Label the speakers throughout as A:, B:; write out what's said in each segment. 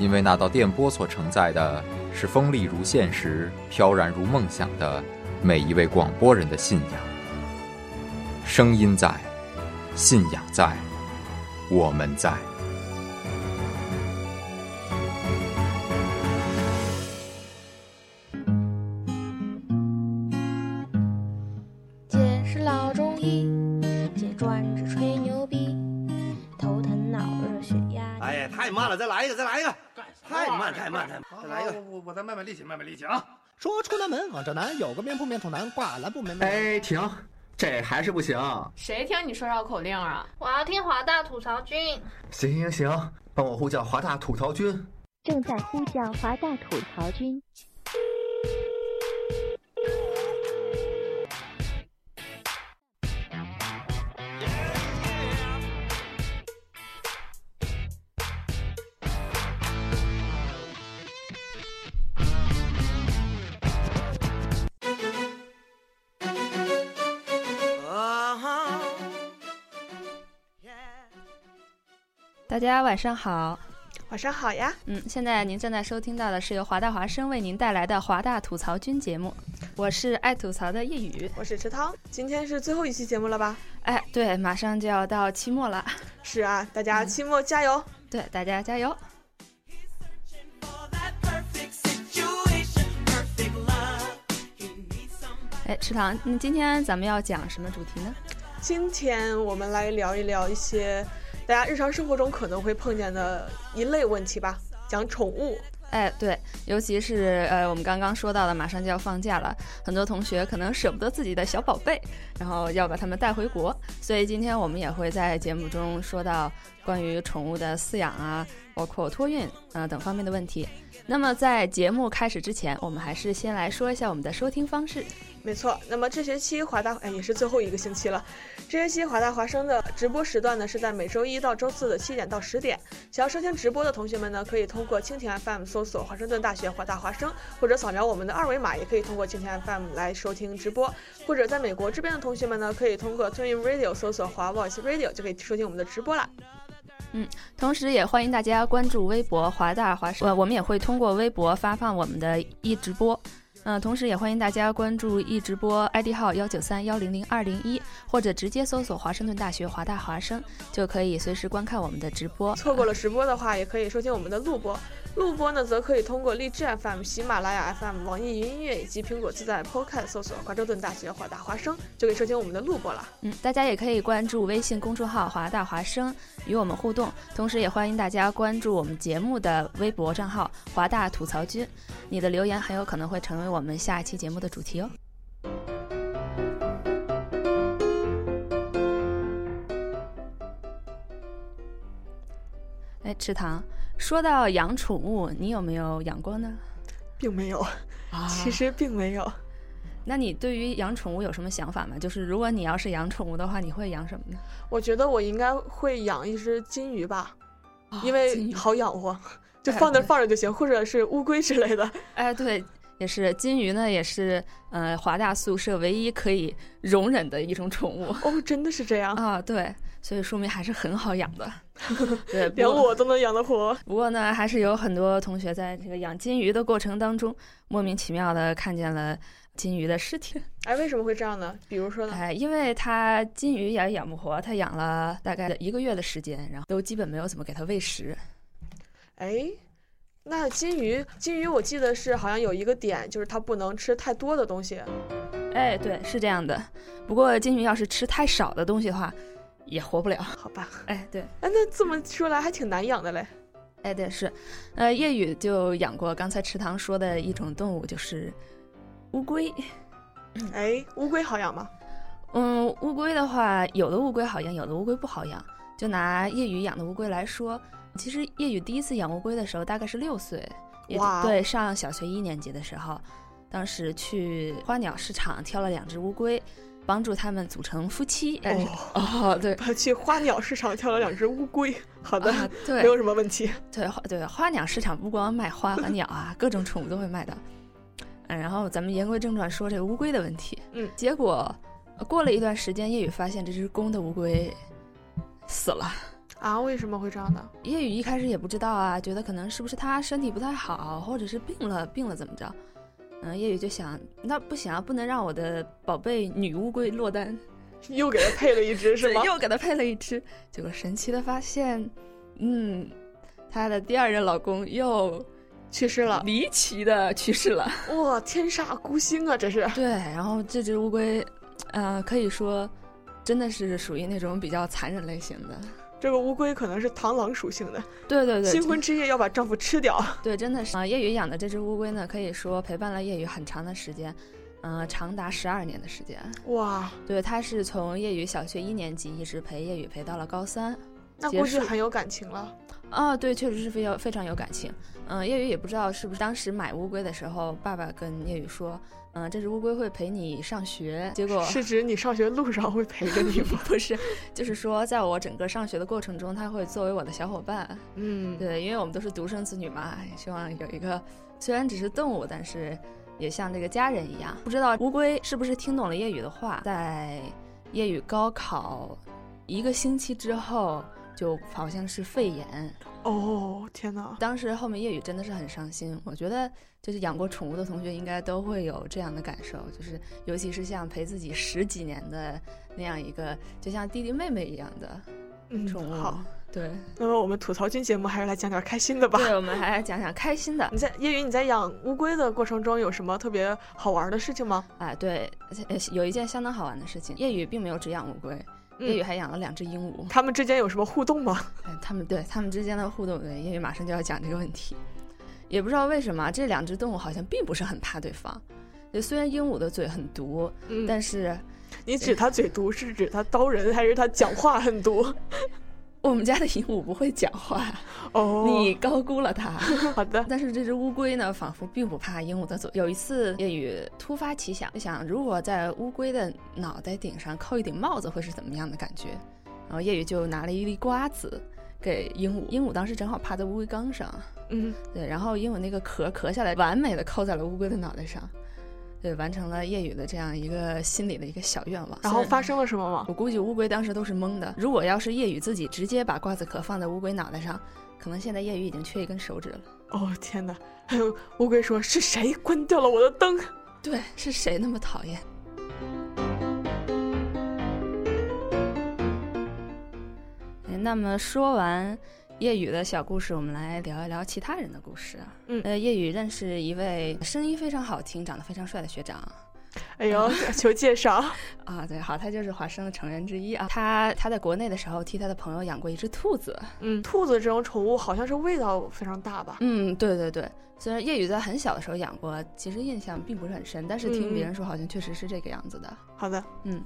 A: 因为那道电波所承载的是锋利如现实、飘然如梦想的每一位广播人的信仰。声音在，信仰在，我们在。
B: 姐是老中医，姐专治吹牛逼，头疼脑热血压。
C: 哎呀，太慢了，再来一个，再来一个，太慢，太慢，太慢，再来一个。
D: 我我我再卖卖力气，卖卖力气啊！
E: 说出南门，往这南，有个面铺面头南，挂栏布门。
D: 哎，停，这还是不行。
F: 谁听你说绕口令啊？
B: 我要听华大吐槽君。
D: 行行行，帮我呼叫华大吐槽君。
G: 正在呼叫华大吐槽君。
H: 大家晚上好，
I: 晚上好呀，
H: 嗯，现在您正在收听到的是由华大华生为您带来的华大吐槽君节目，我是爱吐槽的叶雨。
I: 我是池涛，今天是最后一期节目了吧？
H: 哎，对，马上就要到期末了，
I: 是啊，大家期末加油！
H: 对大家加油！哎，池塘，那今天咱们要讲什么主题呢？
I: 今天我们来聊一聊一些大家日常生活中可能会碰见的一类问题吧，讲宠物。
H: 哎，对，尤其是呃，我们刚刚说到的，马上就要放假了，很多同学可能舍不得自己的小宝贝，然后要把他们带回国，所以今天我们也会在节目中说到关于宠物的饲养啊，包括托运啊、等方面的问题。那么在节目开始之前，我们还是先来说一下我们的收听方式。
I: 没错，那么这学期华大哎也是最后一个星期了，这学期华大华生的直播时段呢是在每周一到周四的七点到十点。想要收听直播的同学们呢，可以通过蜻蜓 FM 搜索华盛顿大学华大华生，或者扫描我们的二维码，也可以通过蜻蜓 FM 来收听直播。或者在美国这边的同学们呢，可以通过 Twin Radio 搜索华 Voice Radio 就可以收听我们的直播啦。
H: 同时，也欢迎大家关注微博华大华呃生，我我们也会通过微博发放我们的一直播。嗯、同时也欢迎大家关注一直播 ID 号幺九三幺零零二零一，或者直接搜索华盛顿大学华大华生，就可以随时观看我们的直播。
I: 错过了直播的话，也可以收听我们的录播。录播呢，则可以通过荔枝 FM、喜马拉雅 FM、网易云音乐以及苹果自带 Podcast 搜索“华盛顿大学华大华生”，就可以收听我们的录播了。
H: 嗯，大家也可以关注微信公众号华大华生与我们互动，同时也欢迎大家关注我们节目的微博账号华大吐槽君，你的留言很有可能会成为我们下一期节目的主题哦。哎，池塘，说到养宠物，你有没有养过呢？
I: 并没有，
H: 啊
I: 其实并没有。
H: 那你对于养宠物有什么想法吗？就是如果你要是养宠物的话，你会养什么呢？
I: 我觉得我应该会养一只金鱼吧，因
H: 啊金
I: 为
H: 鱼
I: 好 养活，就
H: 哎
I: 放那儿
H: 对
I: 放着就行，或者是乌龟之类的。
H: 哎，对，也是金鱼呢，也是呃华大宿舍唯一可以容忍的一种宠物
I: 哦，真的是这样，
H: 啊，对，所以说明还是很好养 的。对，
I: 连
H: 不过
I: 我都能养得活。
H: 不过呢，还是有很多同学在这个养金鱼的过程当中，莫名其妙的看见了金鱼的尸 体。
I: 哎，为什么会这样呢？比如说呢？
H: 哎，因为它金鱼也养不活，它养了大概一个月的时间，然后都基本没有怎么给它喂食。
I: 哎，那金鱼，金鱼我记得是好像有一个点，就是它不能吃太多的东西。
H: 哎，对，是这样的。不过金鱼要是吃太少的东西的话，也活不了。
I: 好吧。
H: 哎，对。
I: 哎，那这么说来还挺难养的嘞。
H: 哎，对，是。呃，夜雨就养过刚才池塘说的一种动物，就是乌龟。
I: 哎，乌龟好养吗？
H: 嗯，乌龟的话，有的乌龟好养，有的乌龟不好养。就拿夜雨养的乌龟来说，其实夜雨第一次养乌龟的时候大概是六岁，也
I: 哇哦
H: 对，上小学一年级的时候，当时去花鸟市场挑了两只乌龟，帮助它们组成夫妻。哎哦，对，
I: 去花鸟市场挑了两只乌龟。 好的，
H: 啊对
I: 没有什么问题。
H: 对花对花鸟市场不光卖花和鸟啊，各种宠物都会卖的。嗯，然后咱们言归正传，说这个乌龟的问题。
I: 嗯，
H: 结果呃过了一段时间，夜雨发现这只公的乌龟死了。
I: 啊，为什么会这样呢？
H: 夜雨一开始也不知道啊，觉得可能是不是他身体不太好，或者是病了，病了怎么着？嗯，夜雨就想，那不行啊，不能让我的宝贝女乌龟落单，
I: 又给它配了一只是吗
H: 对？又给它配了一只，结果神奇的发现，嗯，她的第二任老公又
I: 去世了，
H: 离奇的去世了。
I: 哇，天煞孤星啊，这是。
H: 对，然后这只乌龟，呃，可以说真的是属于那种比较残忍类型的。
I: 这个乌龟可能是螳螂属性的，
H: 对对对，
I: 新婚之夜要把丈夫吃 掉。
H: 对，真的是啊。夜雨养的这只乌龟呢，可以说陪伴了夜雨很长的时间，嗯、长达十二年的时间。
I: 哇，
H: 对，它是从夜雨小学一年级一直陪夜雨陪到了高三。
I: 那
H: 结
I: 估计
H: 束
I: 很有感情了。
H: 啊，对，确实是非常非常有感情。嗯，夜雨也不知道是不是当时买乌龟的时候，爸爸跟夜雨说，嗯、这只乌龟会陪你上学。结果
I: 是指你上学路上会陪着你吗？
H: 不是，就是说，在我整个上学的过程中，他会作为我的小伙伴。
I: 嗯，
H: 对，因为我们都是独生子女嘛，也希望有一个虽然只是动物，但是也像这个家人一样。不知道乌龟是不是听懂了夜雨的话，在夜雨高考一个星期之后，就好像是肺炎。
I: 哦，天哪！
H: 当时后面夜雨真的是很伤心。我觉得就是养过宠物的同学应该都会有这样的感受，就是尤其是像陪自己十几年的那样一个，就像弟弟妹妹一样的
I: 嗯，
H: 宠物。
I: 好，
H: 对，
I: 那么我们吐槽君节目还是来讲点开心的吧。
H: 对，我们还来讲讲开心的。
I: 你在叶云，你在养乌龟的过程中有什么特别好玩的事情吗？
H: 啊，对，呃有一件相当好玩的事情，夜雨并没有只养乌龟，夜雨
I: 嗯
H: 还养了两只鹦鹉。
I: 它们之间有什么互动吗？
H: 哎它们对它们之间的互动，对，夜雨马上就要讲这个问题。也不知道为什么，这两只动物好像并不是很怕对方。就虽然鹦鹉的嘴很毒，
I: 嗯
H: 但是
I: 你指它嘴毒是指它刀人，还是它讲话 很毒？
H: 我们家的鹦鹉不会讲话，
I: 哦，
H: 你高估了它。
I: 好的，
H: 但是这只乌龟呢，仿佛并不怕鹦鹉的嘴。有一次，夜雨突发奇想，就想如果在乌龟的脑袋顶上扣一顶帽子，会是怎么样的感觉？然后夜雨就拿了一粒瓜子给鹦鹉，鹦鹉当时正好趴在乌龟缸上，
I: 嗯，
H: 对，然后鹦鹉那个壳壳下来，完美的扣在了乌龟的脑袋上，对，完成了夜雨的这样一个心里的一个小愿望。
I: 然后发生了什么吗？
H: 我估计乌龟当时都是懵的。如果要是夜雨自己直接把瓜子壳放在乌龟脑袋上，可能现在夜雨已经缺一根手指了。
I: 哦，天哪！ 还有乌龟说：“是谁关掉了我的灯
H: 对，是谁那么讨厌？哎那么说完夜雨的小故事，我们来聊一聊其他人的故事啊。
I: 嗯
H: 呃，夜雨认识一位声音非常好听、长得非常帅的学长。？”
I: 哎呦，
H: 嗯
I: 求 介绍。
H: 啊，对，好，他就是华生的成员之一啊。他他在国内的时候替他的朋友养过一只兔子。
I: 嗯，兔子这种宠物好像是味道非常大吧？
H: 嗯，对对对。虽然夜雨在很小的时候养过，其实印象并不是很深，但是听
I: 嗯
H: 别人说好像确实是这个样子的。
I: 好的，
H: 嗯，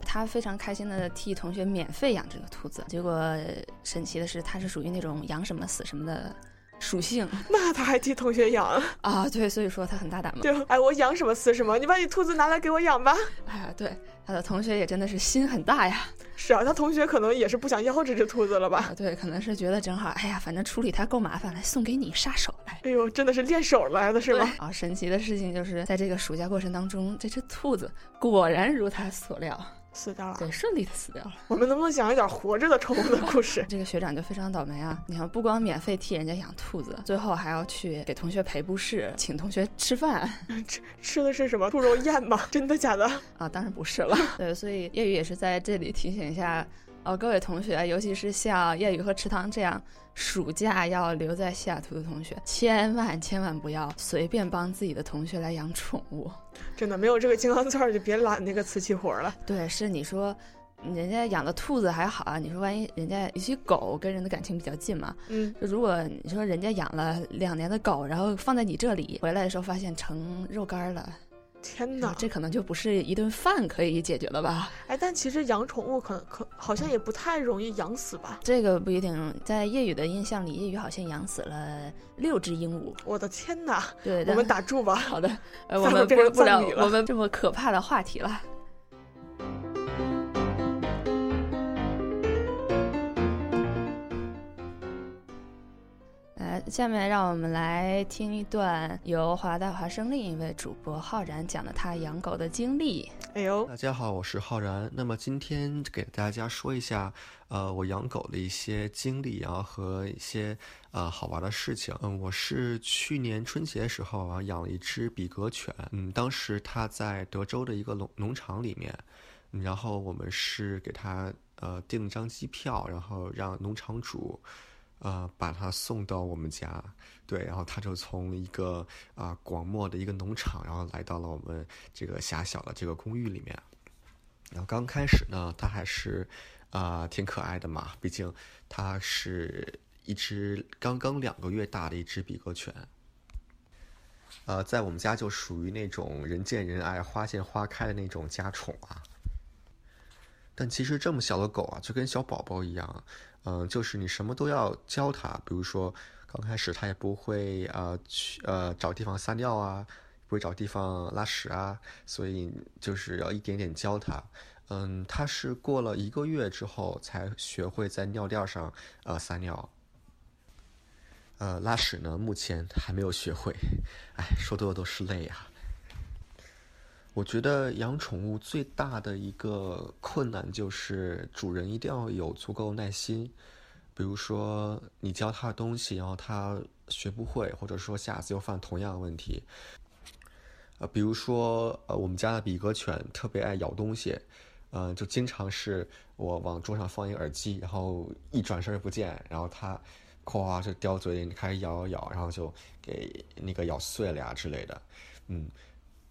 H: 他非常开心的替同学免费养这个兔子，结果呃神奇的是，他是属于那种养什么死什么的属性
I: 那他还替同学养，
H: 啊，对，所以说他很大 胆嘛。
I: 对，哎，我养什么死什么，你把你兔子拿来给我养吧。
H: 哎呀，对，他的同学也真的是心很大呀。
I: 是啊，他同学可能也是不想要这只兔子了吧？
H: 啊，对，可能是觉得正好，哎呀，反正处理它够麻烦，来送给你杀手来。
I: 哎呦，真的是练手来的是吗？
H: 啊，神奇的事情就是在这个暑假过程当中，这只兔子果然如他所料，
I: 死掉了。
H: 对，顺利的死掉了。？
I: 我们能不能讲一点活着的宠物的故事
H: 这个学长就非常倒霉啊！你看，不光免费替人家养兔子，最后还要去给同学赔不是，请同学吃饭
I: 吃吃的是什么兔肉宴吗？真的假的？
H: 啊！当然不是了。对，所以夜雨也是在这里提醒一下哦，各位同学，尤其是像夜雨和池塘这样暑假要留在西雅图的同学，千万千万不要随便帮自己的同学来养宠物。
I: 真的没有这个金刚钻，就别揽那个瓷器活了。
H: 对，是你说。人家养的兔子还好啊，你说万一人家尤其狗跟人的感情比较近嘛，
I: 嗯，
H: 就如果你说人家养了两年的狗，然后放在你这里，回来的时候发现成肉干了，
I: 天哪，
H: 这可能就不是一顿饭可以解决的吧？
I: 哎，但其实养宠物可可好像也不太容易养死吧？
H: 这个不一定，在夜雨的印象里，夜雨好像养死了六只鹦鹉。
I: 我的天哪！
H: 对，
I: 我们打住吧。
H: 好的，呃，我们不不聊我们这么可怕的话题了。呃下面让我们来听一段由华大华生另一位主播浩然讲的他养狗的经历。
I: 哎呦，
J: 大家好，我是浩然。那么今天给大家说一下，呃，我养狗的一些经历啊和一些呃好玩的事情。嗯，我是去年春节时候啊养了一只比格犬，嗯，当时它在德州的一个农农场里面，嗯、然后我们是给它呃订了张机票，然后让农场主。呃，把它送到我们家，对，然后它就从一个啊、呃、广漠的一个农场，然后来到了我们这个狭小的这个公寓里面。然后刚开始呢，它还是啊、呃、挺可爱的嘛，毕竟它是一只刚刚两个月大的一只比格犬。呃，在我们家就属于那种人见人爱、花见花开的那种家宠啊。但其实这么小的狗啊，就跟小宝宝一样。嗯，就是你什么都要教它，比如说刚开始它也不会啊去呃找地方撒尿啊，不会找地方拉屎啊，所以就是要一点点教它。嗯，它是过了一个月之后才学会在尿垫上呃撒尿，呃拉屎呢目前还没有学会。哎，说多了都是泪啊。我觉得养宠物最大的一个困难就是主人一定要有足够耐心。比如说，你教它东西，然后它学不会，或者说下次又犯同样的问题。呃，比如说，呃，我们家的比格犬特别爱咬东西，嗯、呃，就经常是我往桌上放一个耳机，然后一转身不见，然后它咵就叼嘴里开始咬咬咬，然后就给那个咬碎了呀之类的，嗯。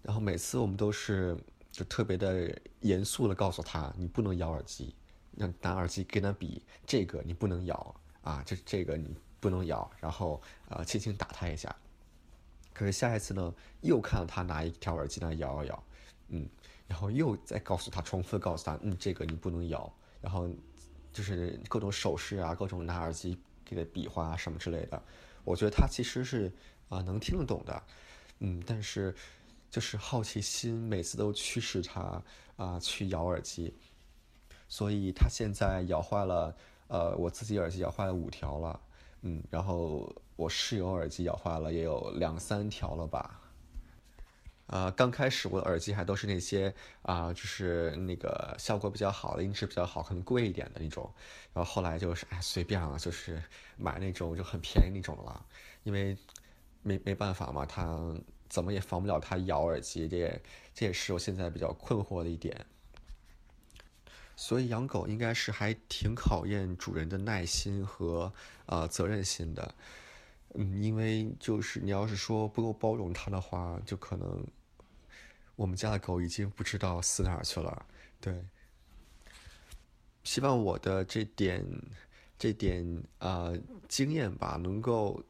J: 然后每次我们都是就特别的严肃的告诉他，你不能咬耳机，让拿耳机跟他比，这个你不能咬啊，这这个你不能咬，然后呃轻轻打他一下。可是下一次呢，又看到他拿一条耳机那咬咬咬，嗯，然后又再告诉他，重复告诉他，嗯，这个你不能咬，然后就是各种手势啊，各种拿耳机给他比划、啊、什么之类的。我觉得他其实是啊、呃、能听得懂的，嗯，但是。就是好奇心，每次都驱使他啊、呃、去咬耳机，所以他现在咬坏了，呃，我自己耳机咬坏了五条了，嗯，然后我室友耳机咬坏了也有两三条了吧，啊、呃，刚开始我的耳机还都是那些啊、呃，就是那个效果比较好的、音质比较好、可能贵一点的那种，然后后来就是哎随便了，就是买那种就很便宜那种了，因为没没办法嘛，他。怎么也防不了它咬耳机，这也这也是我现在比较困惑的一点。所以养狗应该是还挺考验主人的耐心和呃责任心的，嗯，因为就是你要是说不够包容它的话，就可能我们家的狗已经不知道死哪儿去了。对，希望我的这点这点啊、呃、经验吧，能够。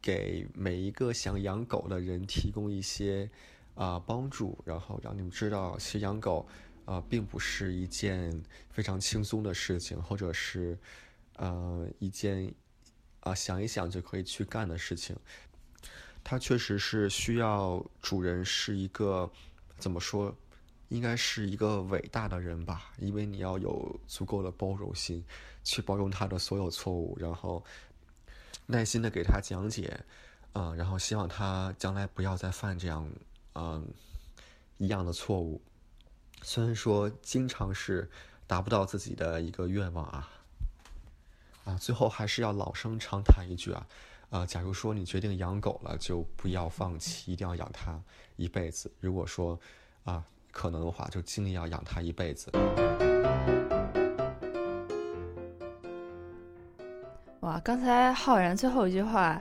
J: 给每一个想养狗的人提供一些啊、呃、帮助，然后让你们知道，其实养狗啊、呃、并不是一件非常轻松的事情，或者是呃一件啊、呃、想一想就可以去干的事情。它确实是需要主人是一个怎么说，应该是一个伟大的人吧，因为你要有足够的包容心，去包容它的所有错误，然后。耐心的给他讲解，嗯，然后希望他将来不要再犯这样，嗯，一样的错误。虽然说经常是达不到自己的一个愿望啊，啊，最后还是要老生常谈一句啊，啊，假如说你决定养狗了，就不要放弃，一定要养它一辈子。如果说啊可能的话，就尽力要养它一辈子。
H: 哇，刚才浩然最后一句话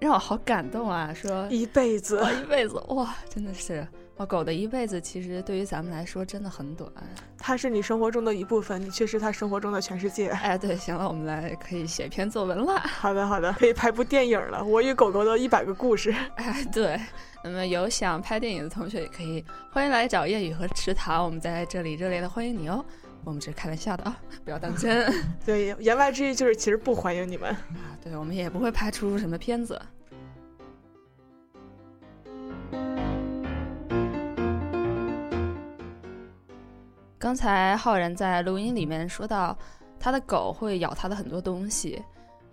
H: 让我好感动啊！ 说
I: 一辈子
H: 哇一辈子，哇，真的是哇，狗的一辈子其实对于咱们来说真的很短。
I: 它是你生活中的一部分，你却是它生活中的全世界。
H: 哎，对，行了，我们来可以写篇作文了。
I: 好的，好的，可以拍部电影了，《我与狗狗的一百个故事》。
H: 哎，对。那么有想拍电影的同学也可以，欢迎来找夜雨和池塘，我们在这里热烈的欢迎你哦。我们只是开玩笑的啊、不要当真。
I: 对，言外之意就是其实不欢迎你们。
H: 啊，对，我们也不会拍出什么片子。刚才浩然在录音里面说到，他的狗会咬他的很多东西。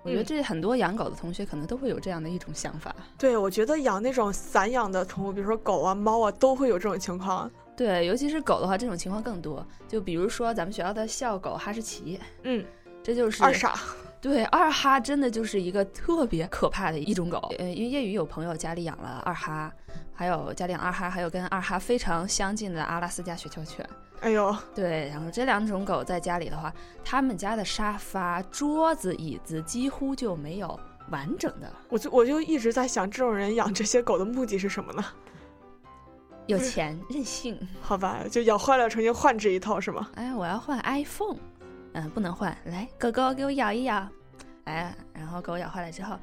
H: 我觉得这很多养狗的同学可能都会有这样的一种想法。
I: 对，我觉得养那种散养的宠物，比如说狗啊、猫啊，都会有这种情况。
H: 对，尤其是狗的话，这种情况更多。就比如说咱们学校的校狗哈士奇，
I: 嗯，
H: 这就是
I: 二傻。
H: 对，二哈真的就是一个特别可怕的一种狗。呃，因为业余有朋友家里养了二哈，还有家里养二哈，还有跟二哈非常相近的阿拉斯加雪橇犬。
I: 哎呦，
H: 对，然后这两种狗在家里的话，他们家的沙发、桌子、椅子几乎就没有完整的。
I: 我就我就一直在想，这种人养这些狗的目的是什么呢？
H: 有钱任性，
I: 好吧，就养坏了重新换这一套 是吗？
H: 哎，我要换 iPhone，嗯，不能换，来，狗狗给我咬一咬，哎，然后狗咬坏了之后，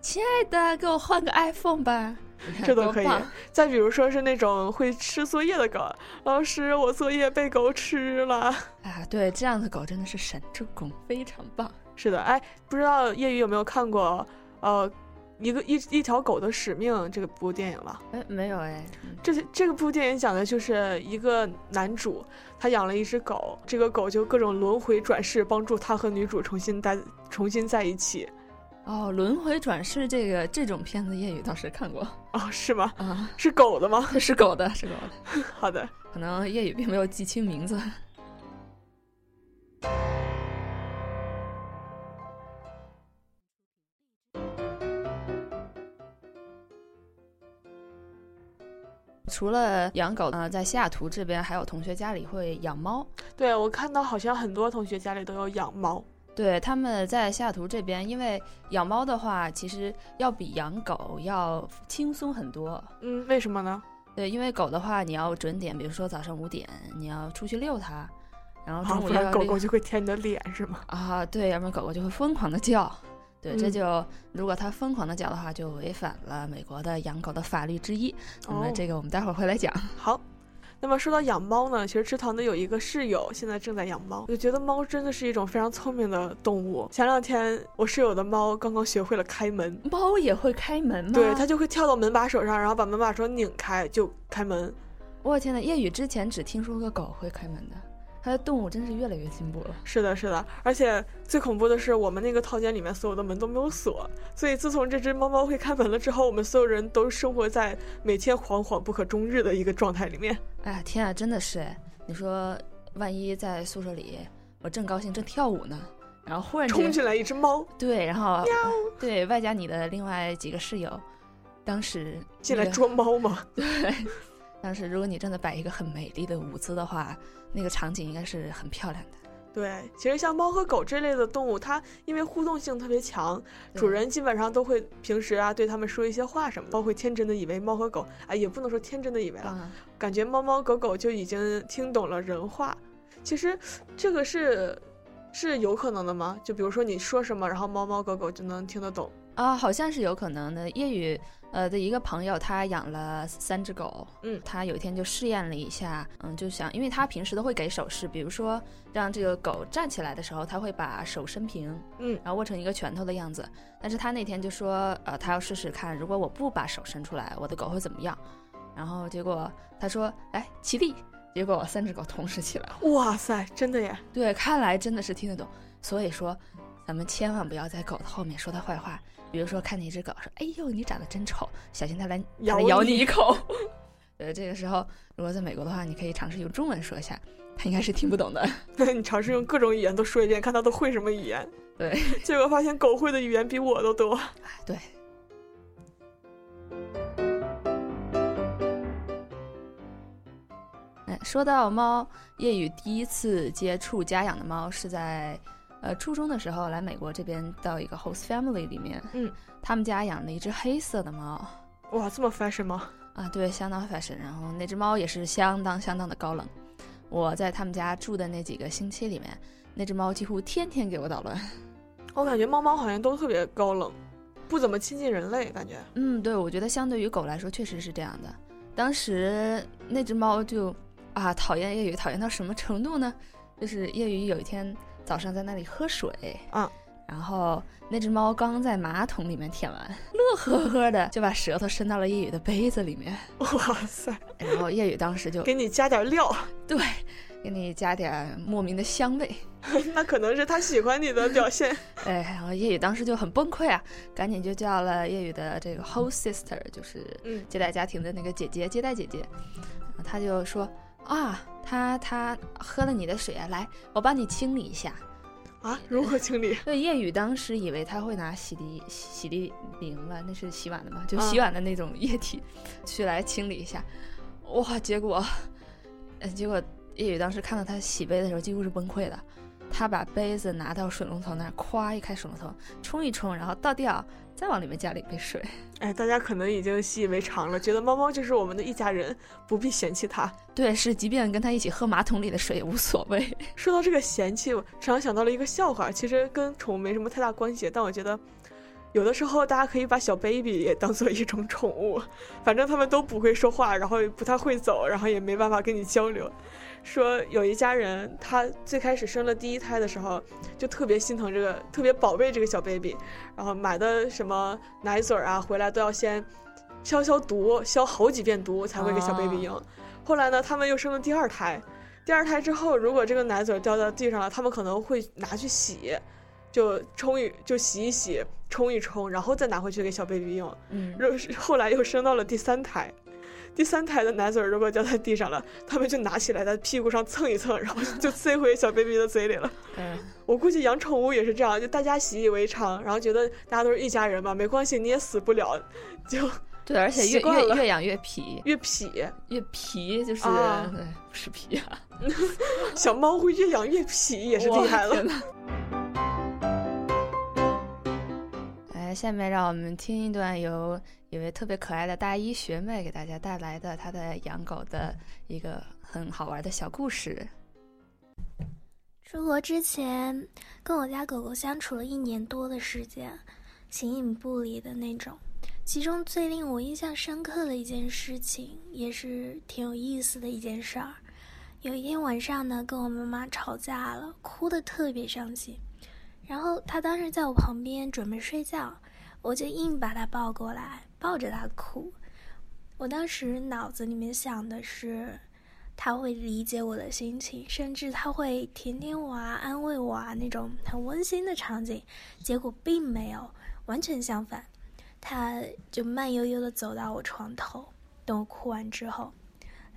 H: 亲爱的，给我换个 iPhone 吧。
I: 这都可以
H: 多棒。
I: 再比如说是那种会吃作业的狗，老师，我作业被狗吃了。
H: 啊，对，这样的狗真的是神助攻，非常棒。
I: 是的，哎，不知道叶宇有没有看过，呃，一个一一条狗的使命这个部电影了？
H: 哎，没有哎。
I: 这这个部电影讲的就是一个男主，他养了一只狗，这个狗就各种轮回转世，帮助他和女主重新待重新在一起。
H: 哦，轮回转世这个这种片子，夜雨倒是看过。
I: 哦，是吗？
H: 啊，
I: 是狗的吗？
H: 是狗的，是狗的。
I: 好的，
H: 可能夜雨并没有记清名字。 除了养狗啊、呃在西雅图这边还有同学家里会养猫。
I: 对我看到好像很多同学家里都有养猫。
H: 对，他们在西雅图这边，因为养猫的话，其实要比养狗要轻松很多。
I: 嗯，为什么呢？
H: 对，因为狗的话，你要准点，比如说早上五点，你要出去遛它，然后
I: 啊，
H: 中
I: 不
H: 午要
I: 然狗
H: 遛
I: 狗就会舔你的脸是吗？
H: 啊，对，要不然狗狗就会疯狂的叫。对，这
I: 嗯
H: 就、如果它疯狂的叫的话，就违反了美国的养狗的法律之一。那么
I: 哦
H: 这个我们待会儿会来讲。
I: 好，那么说到养猫呢，其实池塘的有一个室友现在正在养猫，我觉得猫真的是一种非常聪明的动物。前两天我室友的猫刚刚学会了开门，
H: 猫也会开门吗？
I: 对，它就会跳到门把手上，然后把门把手拧开就开门。
H: 我天呐，夜雨之前只听说过狗会开门的，它的动物真是越来越进步了。
I: 是的，是的，而且最恐怖的是，我们那个套间里面所有的门都没有锁，所以自从这只猫猫会开门了之后，我们所有人都生活在每天惶惶不可终日的一个状态里面。
H: 哎呀，天啊，真的是哎！你说，万一在宿舍里，我正高兴正跳舞呢，然后忽然
I: 冲进
H: 来，
I: 来一只猫，
H: 对，然后对，外加你的另外几个室友，当时
I: 进来
H: 那个
I: 捉猫吗？
H: 对，当时如果你真的摆一个很美丽的舞姿的话，那个场景应该是很漂亮的。
I: 对，其实像猫和狗这类的动物，它因为互动性特别强，主人基本上都会平时啊对它们说一些话什么的，猫会天真的以为猫和狗，哎，也不能说天真的以为了，
H: 嗯
I: 感觉猫猫狗狗就已经听懂了人话。其实这个是是有可能的吗？就比如说你说什么，然后猫猫狗狗就能听得懂。
H: 啊，好像是有可能的。夜雨呃的一个朋友，他养了三只狗，
I: 嗯，
H: 他有一天就试验了一下，嗯，就想，因为他平时都会给手势，比如说让这个狗站起来的时候，他会把手伸平，
I: 嗯，
H: 然后握成一个拳头的样子。但是他那天就说，呃，他要试试看，如果我不把手伸出来，我的狗会怎么样？然后结果他说，哎，起立。结果三只狗同时起来了。
I: 哇塞，真的耶！
H: 对，看来真的是听得懂。所以说，咱们千万不要在狗的后面说它坏话，比如说看见一只狗说：“哎呦，你长得真丑，小心它来它来
I: 咬
H: 咬
I: 你
H: 你一口。”对，这个时候如果在美国的话，你可以尝试用中文说一下，它应该是听不懂的。
I: 那你尝试用各种语言都说一遍，看它都会什么语言。
H: 对，
I: 结果发现狗会的语言比我都多。
H: 对。哎，说到猫，夜雨第一次接触家养的猫是在，呃，初中的时候来美国这边到一个 host family 里面，
I: 嗯，
H: 他们家养了一只黑色的猫，
I: 哇，这么 fashion 吗？
H: 啊，对，相当 fashion。然后那只猫也是相当相当的高冷。我在他们家住的那几个星期里面，那只猫几乎天天给我捣乱。
I: 我感觉猫猫好像都特别高冷，不怎么亲近人类，感觉。
H: 嗯，对，我觉得相对于狗来说，确实是这样的。当时那只猫就啊，讨厌夜雨，讨厌到什么程度呢？就是夜雨有一天早上在那里喝水，
I: 啊，
H: 然后那只猫刚在马桶里面舔完，乐呵呵的就把舌头伸到了夜雨的杯子里面。
I: 哇塞！
H: 然后夜雨当时就
I: 给你加点料，
H: 对，给你加点莫名的香味。
I: 那可能是它喜欢你的表现。
H: 哎，然后夜雨当时就很崩溃啊，赶紧就叫了夜雨的这个 whole sister，就是
I: 嗯
H: 接待家庭的那个姐姐，接待姐姐。然后她就说啊，她她喝了你的水啊，来，我帮你清理一下。
I: 啊，如何清理？
H: 对，夜雨当时以为他会拿洗涤洗洗涤灵吧，那是洗碗的嘛，
I: 嗯
H: 就洗碗的那种液体，去来清理一下。哇，结果，呃，结果夜雨当时看到他洗杯的时候，几乎是崩溃的。他把杯子拿到水龙头那儿，咵一开水龙头，冲一冲，然后倒掉，再往里面加了一杯水。
I: 哎，大家可能已经习以为常了，觉得猫猫就是我们的一家人，不必嫌弃它。
H: 对，是，即便跟他一起喝马桶里的水也无所谓。
I: 说到这个嫌弃，我突然想到了一个笑话，其实跟宠物没什么太大关系，但我觉得有的时候大家可以把小 baby 也当做一种宠物，反正他们都不会说话，然后也不太会走，然后也没办法跟你交流。说有一家人，他最开始生了第一胎的时候，就特别心疼这个，特别宝贝这个小 baby，然后买的什么奶嘴儿啊，回来都要先消消毒，消好几遍毒才会给小 baby 赢。后来呢，他们又生了第二胎，第二胎之后，如果这个奶嘴掉到地上了，他们可能会拿去洗，就冲一就洗一洗，冲一冲，然后再拿回去给小 baby 用。
H: 嗯，
I: 又是后来又生到了第三胎，第三胎的奶嘴如果掉在地上了，他们就拿起来在屁股上蹭一蹭，然后就塞回小 baby 的嘴里了。
H: 嗯，
I: 我估计养宠物也是这样，就大家习以为常，然后觉得大家都是一家人嘛，没关系，你也死不了，就
H: 对，而且越
I: 习惯
H: 越
I: 了
H: 越养越皮，
I: 越痞，
H: 越皮就是、
I: 啊
H: 哎不是皮啊，
I: 小猫会越养越痞，也是厉害
H: 我的
I: 了
H: 天。呐来，哎下面让我们听一段由一位特别可爱的大一学妹给大家带来的她的养狗的一个很好玩的小故事。
K: 出国之前，跟我家狗狗相处了一年多的时间，形影不离的那种。其中最令我印象深刻的一件事情，也是挺有意思的一件事儿。有一天晚上呢，跟我妈妈吵架了，哭得特别伤心。然后她当时在我旁边准备睡觉，我就硬把她抱过来，抱着她哭。我当时脑子里面想的是，他会理解我的心情，甚至他会甜甜我啊、安慰我啊那种很温馨的场景。结果并没有，完全相反，他就慢悠悠的走到我床头，等我哭完之后，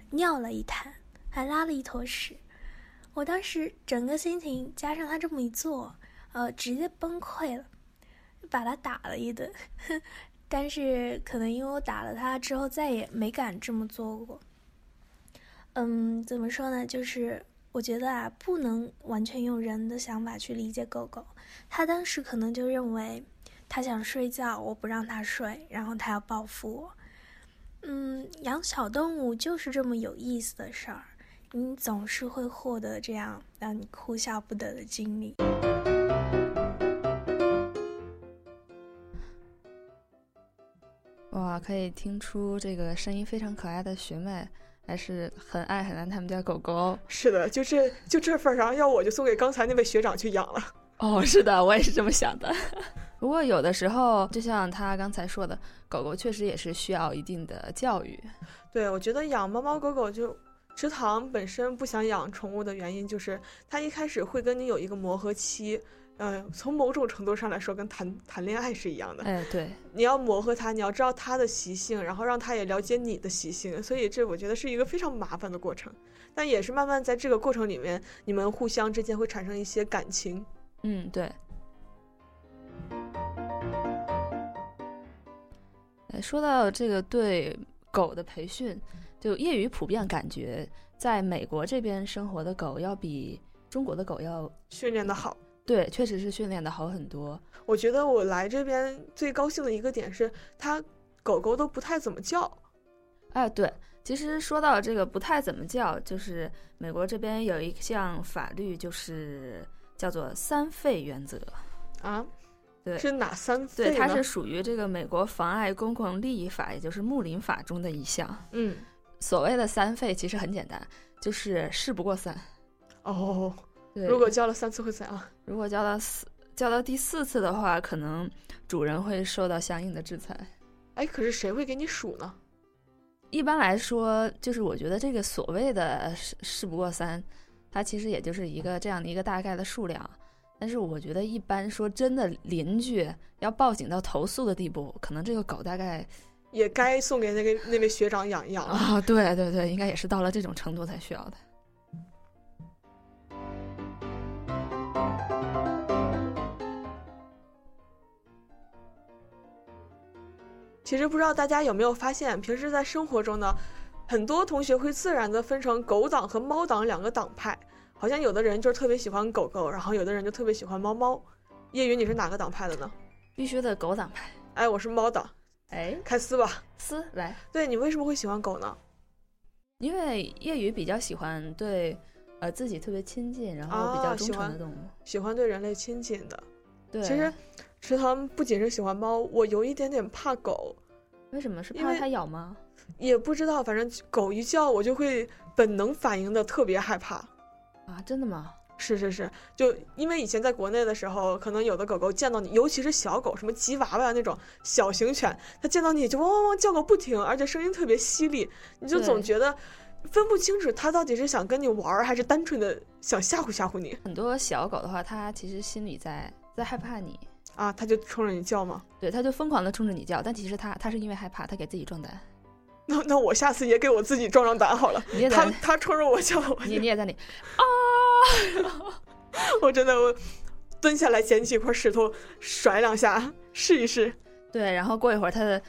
K: 尿了一滩，还拉了一坨屎。我当时整个心情加上他这么一做，呃，直接崩溃了，把他打了一顿。 但是可能因为我打了他之后，再也没敢这么做过。嗯，怎么说呢？就是我觉得啊，不能完全用人的想法去理解狗狗。它当时可能就认为，它想睡觉，我不让它睡，然后它要报复我。嗯，养小动物就是这么有意思的事儿，你总是会获得这样让你哭笑不得的经历。
H: 哇，可以听出这个声音非常可爱的学妹还是很爱很爱他们家狗狗哦。
I: 是的，就这就这份儿上，要我就送给刚才那位学长去养了。
H: 哦，是的，我也是这么想的。 不过有的时候，就像他刚才说的，狗狗确实也是需要一定的教育。
I: 对，我觉得养猫猫狗狗就。池塘本身不想养宠物的原因就是，它一开始会跟你有一个磨合期，呃，从某种程度上来说，跟谈谈恋爱是一样的。
H: 哎，对，
I: 你要磨合它，你要知道它的习性，然后让它也了解你的习性，所以这我觉得是一个非常麻烦的过程，但也是慢慢在这个过程里面，你们互相之间会产生一些感情。
H: 嗯，对。呃，说到这个对狗的培训，就业余普遍感觉，在美国这边生活的狗要比中国的狗要
I: 训练的好。
H: 对，确实是训练的好很多。
I: 我觉得我来这边最高兴的一个点是，它狗狗都不太怎么叫。
H: 哎，对，其实说到这个不太怎么叫，就是美国这边有一项法律，就是叫做三费原则
I: 啊。
H: 对，
I: 是哪三
H: 对，它
I: 呢
H: 是属于这个美国妨碍公共利益法，也就是睦林法中的一项。
I: 嗯，
H: 所谓的三费其实很简单，就是事不过三。
I: 哦，
H: 对，
I: 如果交了三次会怎样？
H: 如果交到四交到第四次的话，可能主人会受到相应的制裁。
I: 哎，可是谁会给你数呢？
H: 一般来说，就是我觉得这个所谓的事事不过三，它其实也就是一个这样的一个大概的数量。但是我觉得，一般说真的，邻居要报警到投诉的地步，可能这个狗大概
I: 也该送给那个那位学长养一养 了。
H: 啊、对对对，应该也是到了这种程度才需要的。
I: 其实不知道大家有没有发现，平时在生活中呢，很多同学会自然的分成狗党和猫党两个党派。好像有的人就是特别喜欢狗狗，然后有的人就特别喜欢猫猫。叶云，你是哪个党派的呢？
H: 必须的狗党派。
I: 哎，我是猫党。
H: 哎，
I: 开撕吧，
H: 撕来。
I: 对你为什么会喜欢狗呢？
H: 因为业余比较喜欢对，呃，自己特别亲近，然后比较
I: 啊
H: 忠
I: 喜
H: 诚的
I: 欢
H: 动物。
I: 喜欢对人类亲近的。
H: 对，
I: 其实，池塘不仅是喜欢猫，我有一点点怕狗，
H: 为什么是
I: 因
H: 怕
I: 为
H: 它咬吗？
I: 也不知道，反正狗一叫我就会本能反应的特别害怕。
H: 啊，真的吗？
I: 是是是，就因为以前在国内的时候，可能有的狗狗见到你，尤其是小狗，什么吉娃娃呀那种小型犬，它见到你就汪汪汪叫个不停，而且声音特别犀利，你就总
H: 对
I: 觉得分不清楚它到底是想跟你玩儿，还是单纯的想吓唬吓唬你
H: 很多小狗的话，它其实心里在在害怕你，
I: 啊？它就冲着你叫吗？
H: 对，它就疯狂的冲着你叫，但其实它它是因为害怕，它给自己壮胆。
I: 那那我下次也给我自己壮壮胆好了
H: 你也。在
I: 它
H: 那
I: 它冲着我叫，我
H: 你你也在那里，
I: 我真的我蹲下来捡起一块石头甩两下试一试。
H: 对，然后过一会儿它的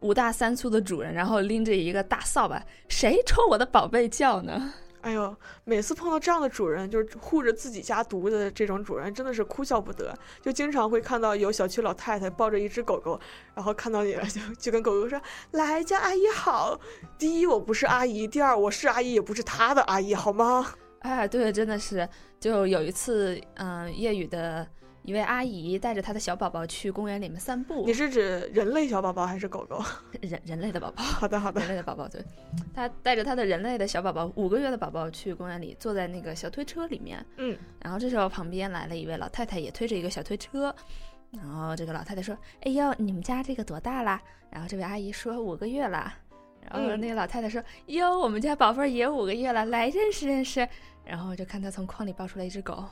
H: 五大三粗的主人，然后拎着一个大扫把，谁冲我的宝贝叫呢？
I: 哎呦，每次碰到这样的主人，就是护着自己家犊子的这种主人，真的是哭笑不得。就经常会看到有小区老太太抱着一只狗狗，然后看到你了就就跟狗狗说：“来，叫阿姨好。”第一，我不是阿姨；第二，我是阿姨，也不是她的阿姨，好吗？
H: 哎，对，真的是，就有一次，嗯，夜雨的一位阿姨带着她的小宝宝去公园里面散步，
I: 你是指人类小宝宝还是狗 狗？
H: 人人类的 宝宝，
I: 好的，好的
H: 人。类的宝宝，对，她带着她的人类的小宝宝，五个月的宝宝去公园里，坐在那个小推车里面，
I: 嗯，
H: 然后这时候旁边来了一位老太太，也推着一个小推车。然后这个老太太说：“哎呦，你们家这个多大啦？”然后这位阿姨说：“五个月啦。”然后
I: 嗯
H: 那个老太太说：“哟，我们家宝贝儿也五个月了，来认识认识。”然后就看她从筐里抱出来一只狗。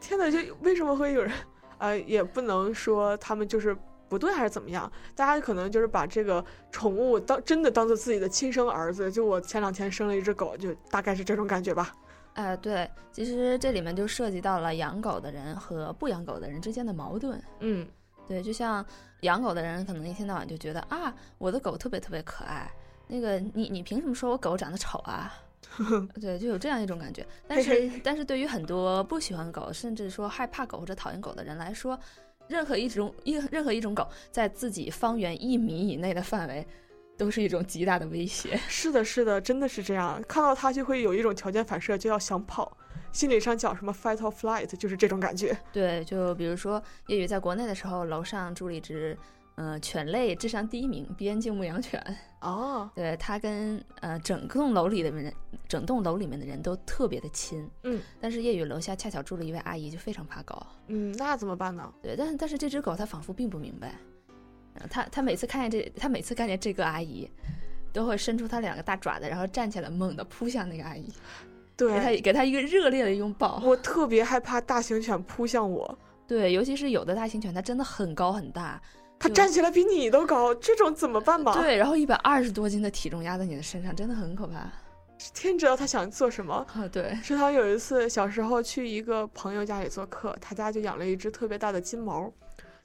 I: 天哪，就为什么会有人？呃，也不能说他们就是不对还是怎么样，大家可能就是把这个宠物当真的当做自己的亲生儿子。就我前两天生了一只狗，就大概是这种感觉吧。
H: 啊、对，其实这里面就涉及到了养狗的人和不养狗的人之间的矛盾。
I: 嗯，
H: 对，就像养狗的人可能一天到晚就觉得啊，我的狗特别特别可爱，那个你你凭什么说我狗长得丑啊？ 对，就有这样一种感觉。但是，但是对于很多不喜欢狗，甚至说害怕狗或者讨厌狗的人来说，任何一种一任何一种狗在自己方圆一米以内的范围，都是一种极大的威胁。
I: 是的，是的，真的是这样。看到它就会有一种条件反射，就要想跑。心理上讲什么 fight or flight，就是这种感觉。
H: 对，就比如说夜雨在国内的时候，楼上住了一只，嗯、犬类智商第一名边境牧羊犬。
I: 哦，
H: 对它跟呃整栋楼里的人，整栋楼里面的人都特别的亲。
I: 嗯
H: 但是夜雨楼下恰巧住了一位阿姨，就非常怕狗。
I: 嗯，那怎么办呢？
H: 对，但但是这只狗它仿佛并不明白，呃它它每次看见这，它每次看见这个阿姨，都会伸出它两个大爪子，然后站起来猛地扑向那个阿姨，给它
I: 对，
H: 给它一个热烈的拥抱。
I: 我特别害怕大型犬扑向我，
H: 对，尤其是有的大型犬，它真的很高很大，
I: 它
H: 就
I: 站起来比你都高，这种怎么办嘛？，
H: 对，然后一百二十多斤的体重压在你的身上，真的很可怕。
I: 天知道它想做什么。
H: 啊， 对，
I: 池塘有一次小时候去一个朋友家里做客，他家就养了一只特别大的金毛。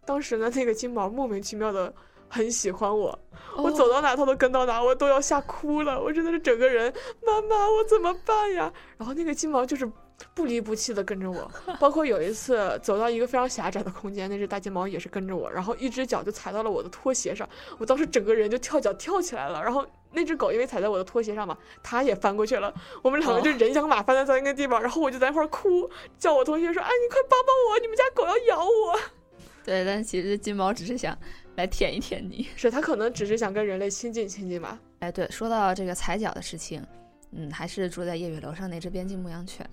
I: 当时呢，那个金毛莫名其妙的很喜欢我，我
H: 哦
I: 走到哪它都跟到哪，我都要吓哭了。我真的是整个人，妈妈，我怎么办呀？然后那个金毛就是不离不弃的跟着 我，包括有一次走到一个非常狭窄的空间，那只大金毛也是跟着我，然后一只脚就踩到了我的拖鞋上，我当时整个人就跳脚跳起来了，然后那只狗因为踩在我的拖鞋上嘛，它也翻过去了，我们两个就人仰马翻在同一个地方，然后我就在那块儿哭，叫我同学说，哎，你快帮帮我，你们家狗要咬我。
H: 哦对，但其实金毛只是想来舔一舔你，
I: 是它可能只是想跟人类亲近亲近吧。
H: 哎，对，说到这个踩脚的事情，嗯，还是住在夜雨楼上那只边境牧羊犬。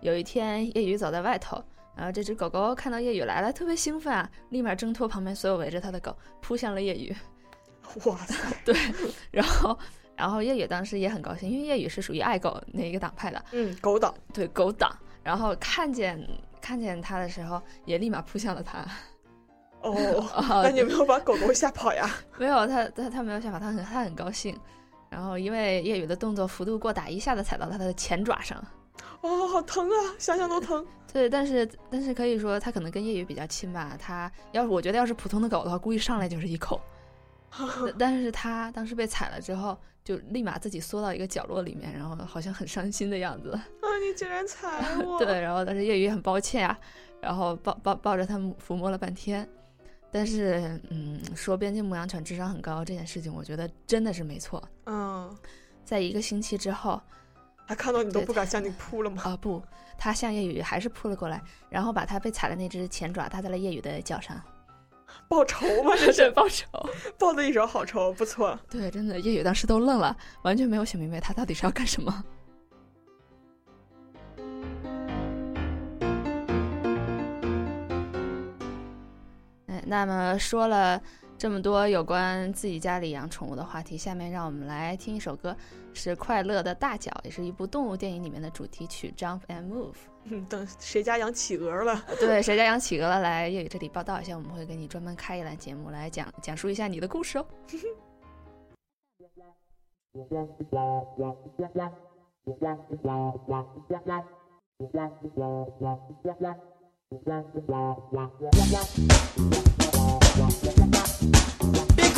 H: 有一天，夜雨走在外头，然后这只狗狗看到夜雨来了，特别兴奋啊，立马挣脱旁边所有围着它的狗，扑向了夜雨。
I: 哇塞！
H: 对，然后，然后夜雨当时也很高兴，因为夜雨是属于爱狗那一个党派的，
I: 嗯，狗党，
H: 对，狗党。然后看见看见它的时候，也立马扑向了它。
I: 哦，那你没有把狗狗吓跑呀？
H: 没有，它它它没有吓跑，它很它很高兴。然后因为夜雨的动作幅度过大，一下子踩到它的前爪上。
I: 哦，好疼啊！想想都疼。
H: 对，但是但是可以说，它可能跟夜雨比较亲吧。它要是我觉得要是普通的狗的话，估计上来就是一口。
I: 啊嗯
H: 但是它当时被踩了之后，就立马自己缩到一个角落里面，然后好像很伤心的样子。
I: 啊！你竟然踩我！
H: 对，然后但是夜雨也很抱歉啊，然后抱抱抱着它抚摸了半天。但是，嗯，说边境牧羊犬智商很高这件事情，我觉得真的是没错。
I: 嗯，
H: 在一个星期之后，
I: 他看到你都不敢向你扑了 吗？
H: 啊、呃，不，他向夜雨还是扑了过来，然后把他被踩的那只前爪搭在了夜雨的脚上，
I: 报仇吗？这是
H: 报仇，
I: 报的一手好仇，不错。
H: 对，真的，夜雨当时都愣了，完全没有想明白他到底是要干什么。哎那么说了这么多有关自己家里养宠物的话题，下面让我们来听一首歌，是《快乐的大脚》，也是一部动物电影里面的主题曲《Jump and Move》。
I: 嗯，等谁家养企鹅了？
H: 对，谁家养企鹅了？来粤语这里报道一下，我们会给你专门开一栏节目来讲讲述一下你的故事哦。Big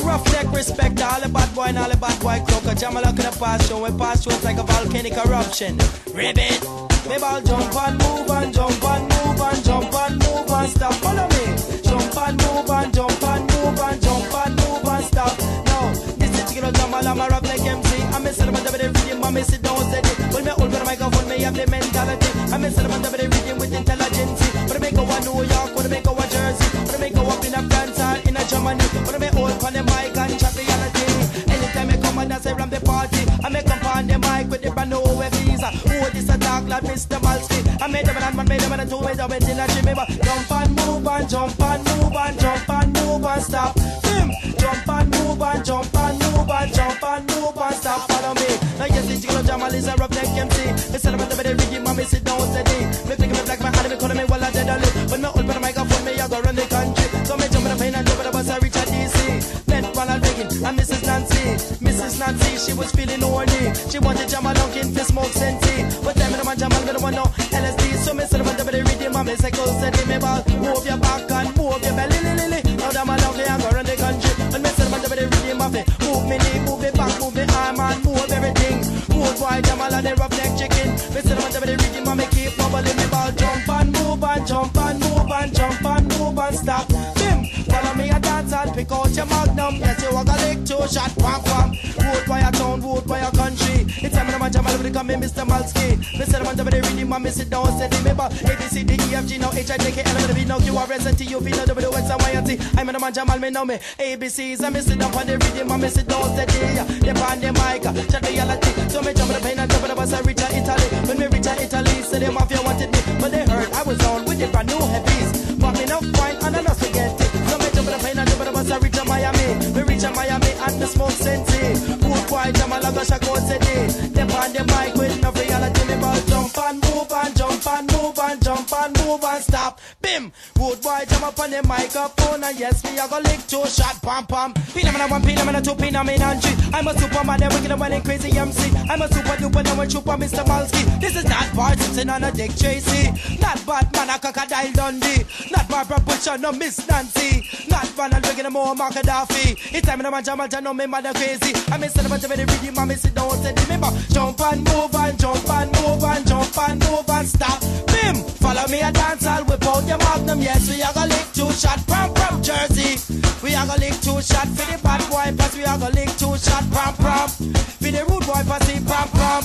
L: roughneck respect all the bad boy and all the bad boy crook. A jam lock in the past show and past shows like a volcanic eruption. Ribbit! Me ball jump and move and jump and move and jump and move and stop. Follow me. Jump and move and jump and move and jump and move and stop. No, this is chicken jam and I'm a rap like MC. I'm a cinnamon double rhythm, I'm a sit down set it. When me hold the microphone, me have the mentality. I'm a cinnamon double rhythm with intelligence. But me go a New York, but me go a Jersey, but me go up in a France or in a Germany, but me hold on the mic and chat reality. Anytime me come and I say ram the party, I me come on the mic with the brand new visa. Who this a talk like Mr. Malsky? I made a man, man made a man and two made a man in a shimmy, but jump and move and jump and move and jump and move and stop. Boom! Jump and move and jump and move and jump and move and stop. Follow me. Now yes, it's gonna jam and listen rough neck empty. Instead of a double reggae, mommy sit down steady. Me think me black, my hand me calling me while I dead on it. When me open the microphone, me I go run the country. So me jump in the plane and jump in the bus, I reach a DC. Met Ronald Reagan and Mrs. Nancy. Mrs. Nancy, she was feeling horny. She wanted jam along in to smoke senti. But then me the man jam and me the one no LSD. So me sit up on the belly rhythm and me say go steady. Me ball, move your back and move your belly, lily, lily. Now jam along here and go run the country. When me sit up on the belly rhythm and me move me knee, move me back, move me arm and move everything. Move wide jam along the rough neck chicken. Me sit up on the belly rhythm and me keep bubbling. Me ball jump and move and jump and move and jump and move and stop. Bim, follow me a dance and pick out your magnum. Yes, you walk a lick, two shot, wham wham. Vote by your town, vote by your country. It's time I'm a jam, I'm become Mr. Malsky. Mr. Man, the reading, my miss it down, send me back. A B C D E F G now H I J K L M N O P now Q R S T U V now W X Y and Z. I'm in a man jam, I'm know me. A B C is I miss it down for the reading, my miss it down, send me. The pandemic, chat uh, reality. So me jump in the pain and jump in the bus, I reach Italy. When me reach Italy, say the mafia wanted me, but they heard I was on with the brand new heavies. Popping up fine and I lost again. So me jump in the plane and jump in the bus, I reach a Miami. Me reach a Miami and me smoke senti. Good boy, jam a laga shako city. Them on the mic with no reality. Me ball jump and move and jump and move and jump and move and stop. Bim! Good boy, jam a on the microphone, and yes, me, I go lick two shot, pam pam. Phenomenon one, phenomenon two, phenomenon three. I'm a superman, and wicked one, and crazy MC. I'm a super duper, and one super Mr. Malski. This is not Bart Simpson on a Dick Tracy. Not Batman, a crocodile Dundee. Not Barbara Butcher, no Miss Nancy. Not Van and Wicked, more Mark Gaddafi. It's time in a man, Jamal, Jan, no, me mother crazy. I'm a son of a very ready, mommy, sit down, say, remember, jump and move and jump and move and jump and move and stop. Bim, follow me a dance all whip out your magnum. Yes, we are gonna lick two shot, pam pam jersey. We are gonna lick two shot for the bad boy, plus we are gonna lick two shot, pam pam. For the rude boy, plus the pam pam.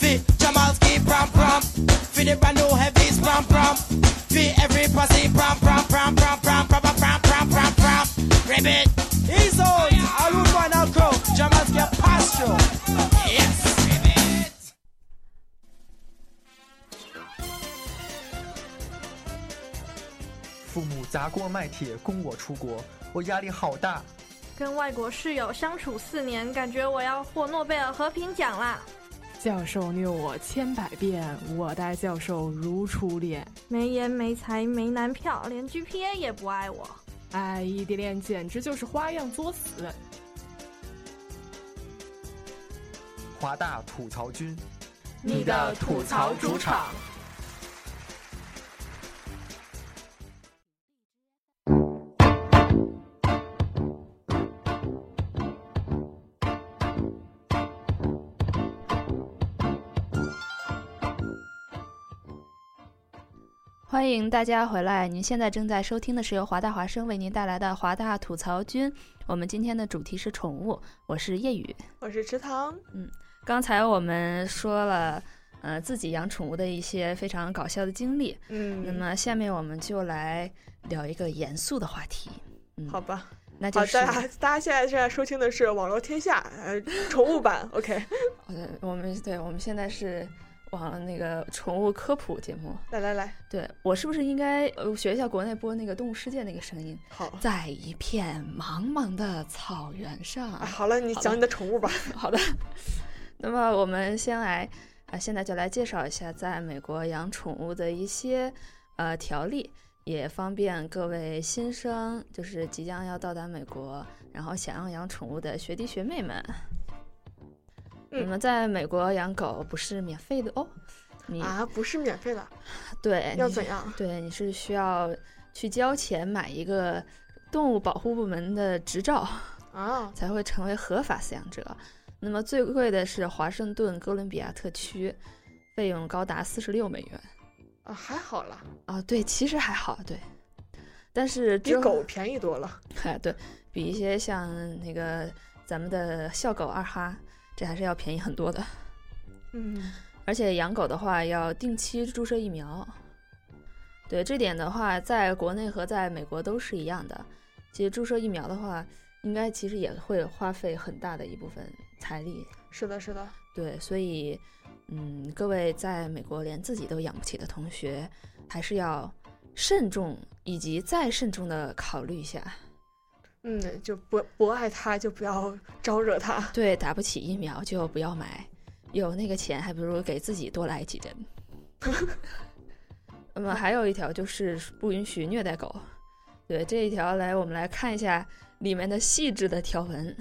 L: For Jamalski, pam pam. For the brand new heavies, pam pam. For every pussy, pam pam pam pam pam pam pam pam pam pam pam. Ribbit, he's old. All rude boy now crow. Jamalski a pastro. Yes.
D: 父母砸锅卖铁供我出国，我压力好大。
M: 跟外国室友相处四年，感觉我要获诺贝尔和平奖啦！
N: 教授虐我千百遍，我待教授如初恋。
M: 没颜没才没男票，连 GPA 也不爱我。
N: 哎，异地恋简直就是花样作死。
D: 华大吐槽君，
O: 你的吐槽主场。
H: 欢迎大家回来！您现在正在收听的是由华大华生为您带来的华大吐槽君。我们今天的主题是宠物，我是叶雨，
I: 我是池塘。
H: 嗯，刚才我们说了，呃，自己养宠物的一些非常搞笑的经历。
I: 嗯，
H: 那么下面我们就来聊一个严肃的话题。嗯，
I: 好吧。
H: 那就是
I: 、好，大家大家现在正在收听的是《网络天下》呃宠物版。OK，
H: 呃，我们对，我们现在是。往那个宠物科普节目
I: 来来来，
H: 对我是不是应该呃学一下国内播那个《动物世界》那个声音？
I: 好，
H: 在一片茫茫的草原上。 啊、
I: 哎好了，你讲你的宠物吧。
H: 好的。那么我们先来啊、呃，现在就来介绍一下在美国养宠物的一些呃条例，也方便各位新生，就是即将要到达美国，然后想要养宠物的学弟学妹们。
I: 嗯
H: 那么，在美国养狗不是免费的哦， 你
I: 啊不是免费的，
H: 对，
I: 要怎样？
H: 对，你是需要去交钱买一个动物保护部门的执照
I: 啊，
H: 才会成为合法饲养者。那么最贵的是华盛顿哥伦比亚特区，费用高达四十六美元。
I: 啊，还好啦。
H: 啊，对，其实还好，对，但是
I: 比狗便宜 多了。
H: 哎，对比一些像那个咱们的校狗二哈。这还是要便宜很多的，
I: 嗯，
H: 而且养狗的话要定期注射疫苗，对这点的话，在国内和在美国都是一样的。其实注射疫苗的话，应该其实也会花费很大的一部分财力。
I: 是的，是的，
H: 对，所以，嗯，各位在美国连自己都养不起的同学，还是要慎重以及再慎重的考虑一下。
I: 嗯，就不不爱它，就不要招惹它。
H: 对，打不起疫苗就不要买，有那个钱还不如给自己多来几针。 那么还有一条就是不允许虐待狗。对这一条来，我们来看一下里面的细致的条文。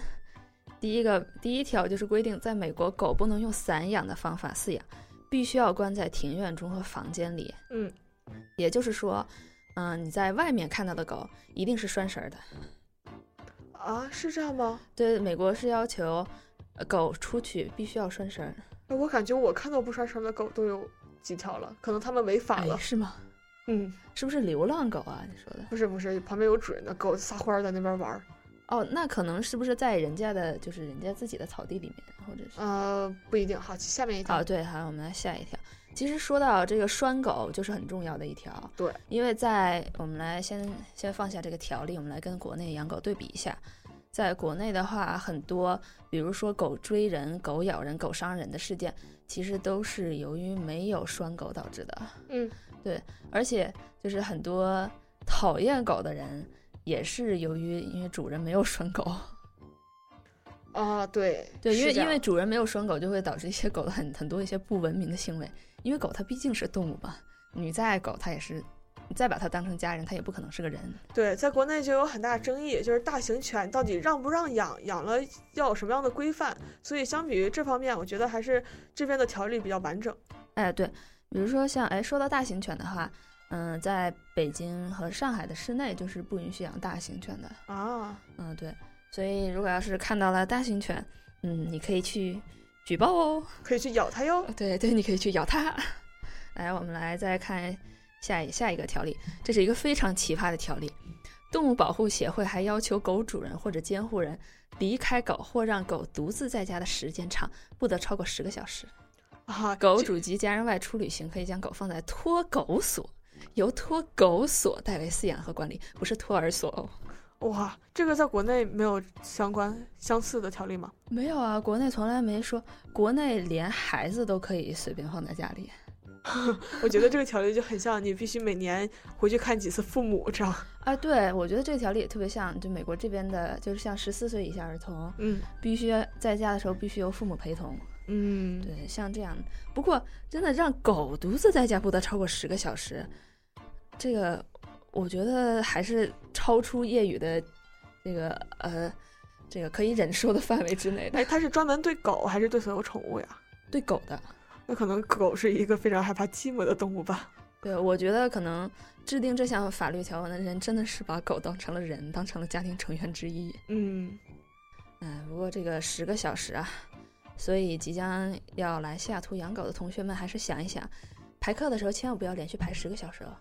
H: 第一个，第一条就是规定，在美国狗不能用散养的方法饲养，必须要关在庭院中和房间里。
I: 嗯，
H: 也就是说，嗯、呃，你在外面看到的狗一定是拴绳的。
I: 啊，是这样吗？
H: 对，美国是要求，呃狗出去必须要拴绳。
I: 哎我感觉我看到不拴绳的狗都有几条了，可能他们违法了，哎、
H: 是吗？
I: 嗯，
H: 是不是流浪狗啊？你说的
I: 不是不是，旁边有主人的狗撒欢儿在那边玩。
H: 哦，那可能是不是在人家的，就是人家自己的草地里面，或者是？
I: 呃，不一定。好，下面一条。
H: 啊，对，好，我们来下一条。其实说到这个拴狗，就是很重要的一条。
I: 对，
H: 因为在我们来先先放下这个条例，我们来跟国内养狗对比一下。在国内的话，很多比如说狗追人、狗咬人、狗伤人的事件，其实都是由于没有拴狗导致的。
I: 嗯，
H: 对，而且就是很多讨厌狗的人，也是由于因为主人没有拴狗。
I: 啊，对
H: 对，因为因为主人没有拴狗，就会导致一些狗的很很多一些不文明的行为。因为狗它毕竟是动物嘛，你再爱狗它也是再把他当成家人，他也不可能是个人。
I: 对，在国内就有很大争议，就是大型犬到底让不让养，养了要有什么样的规范。所以相比于这方面，我觉得还是这边的条例比较完整。
H: 哎，对，比如说像哎，说到大型犬的话，嗯、在北京和上海的室内就是不允许养大型犬的。
I: 啊，
H: 嗯，对，所以如果要是看到了大型犬，嗯，你可以去举报哦。
I: 可以去咬它哟。
H: 对对，你可以去咬它。 来，我们来再看下一下一个条例，这是一个非常奇葩的条例。动物保护协会还要求狗主人或者监护人离开狗或让狗独自在家的时间长，不得超过十个小时。
I: 啊，
H: 狗主及家人外出旅行，可以将狗放在托狗所，由托狗所代为饲养和管理，不是托儿所哦。
I: 哇，这个在国内没有相关相似的条例吗？
H: 没有啊，国内从来没说，国内连孩子都可以随便放在家里。
I: 我觉得这个条例就很像你必须每年回去看几次父母这样。
H: 啊，对，我觉得这个条例也特别像，就美国这边的，就是像十四岁以下儿童，
I: 嗯，
H: 必须在家的时候必须由父母陪同。
I: 嗯，
H: 对，像这样。不过，真的让狗独自在家不得超过十个小时，这个我觉得还是超出业余的这个呃这个可以忍受的范围之内的。
I: 哎，它是专门对狗还是对所有宠物呀？
H: 对狗的，
I: 那可能狗是一个非常害怕寂寞的动物吧。
H: 对我觉得可能制定这项法律条文的人真的是把狗当成了人，当成了家庭成员之一。
I: 嗯，
H: 哎，不过这个十个小时啊，所以即将要来西雅图养狗的同学们，还是想一想，排课的时候千万不要连续排十个小时哦。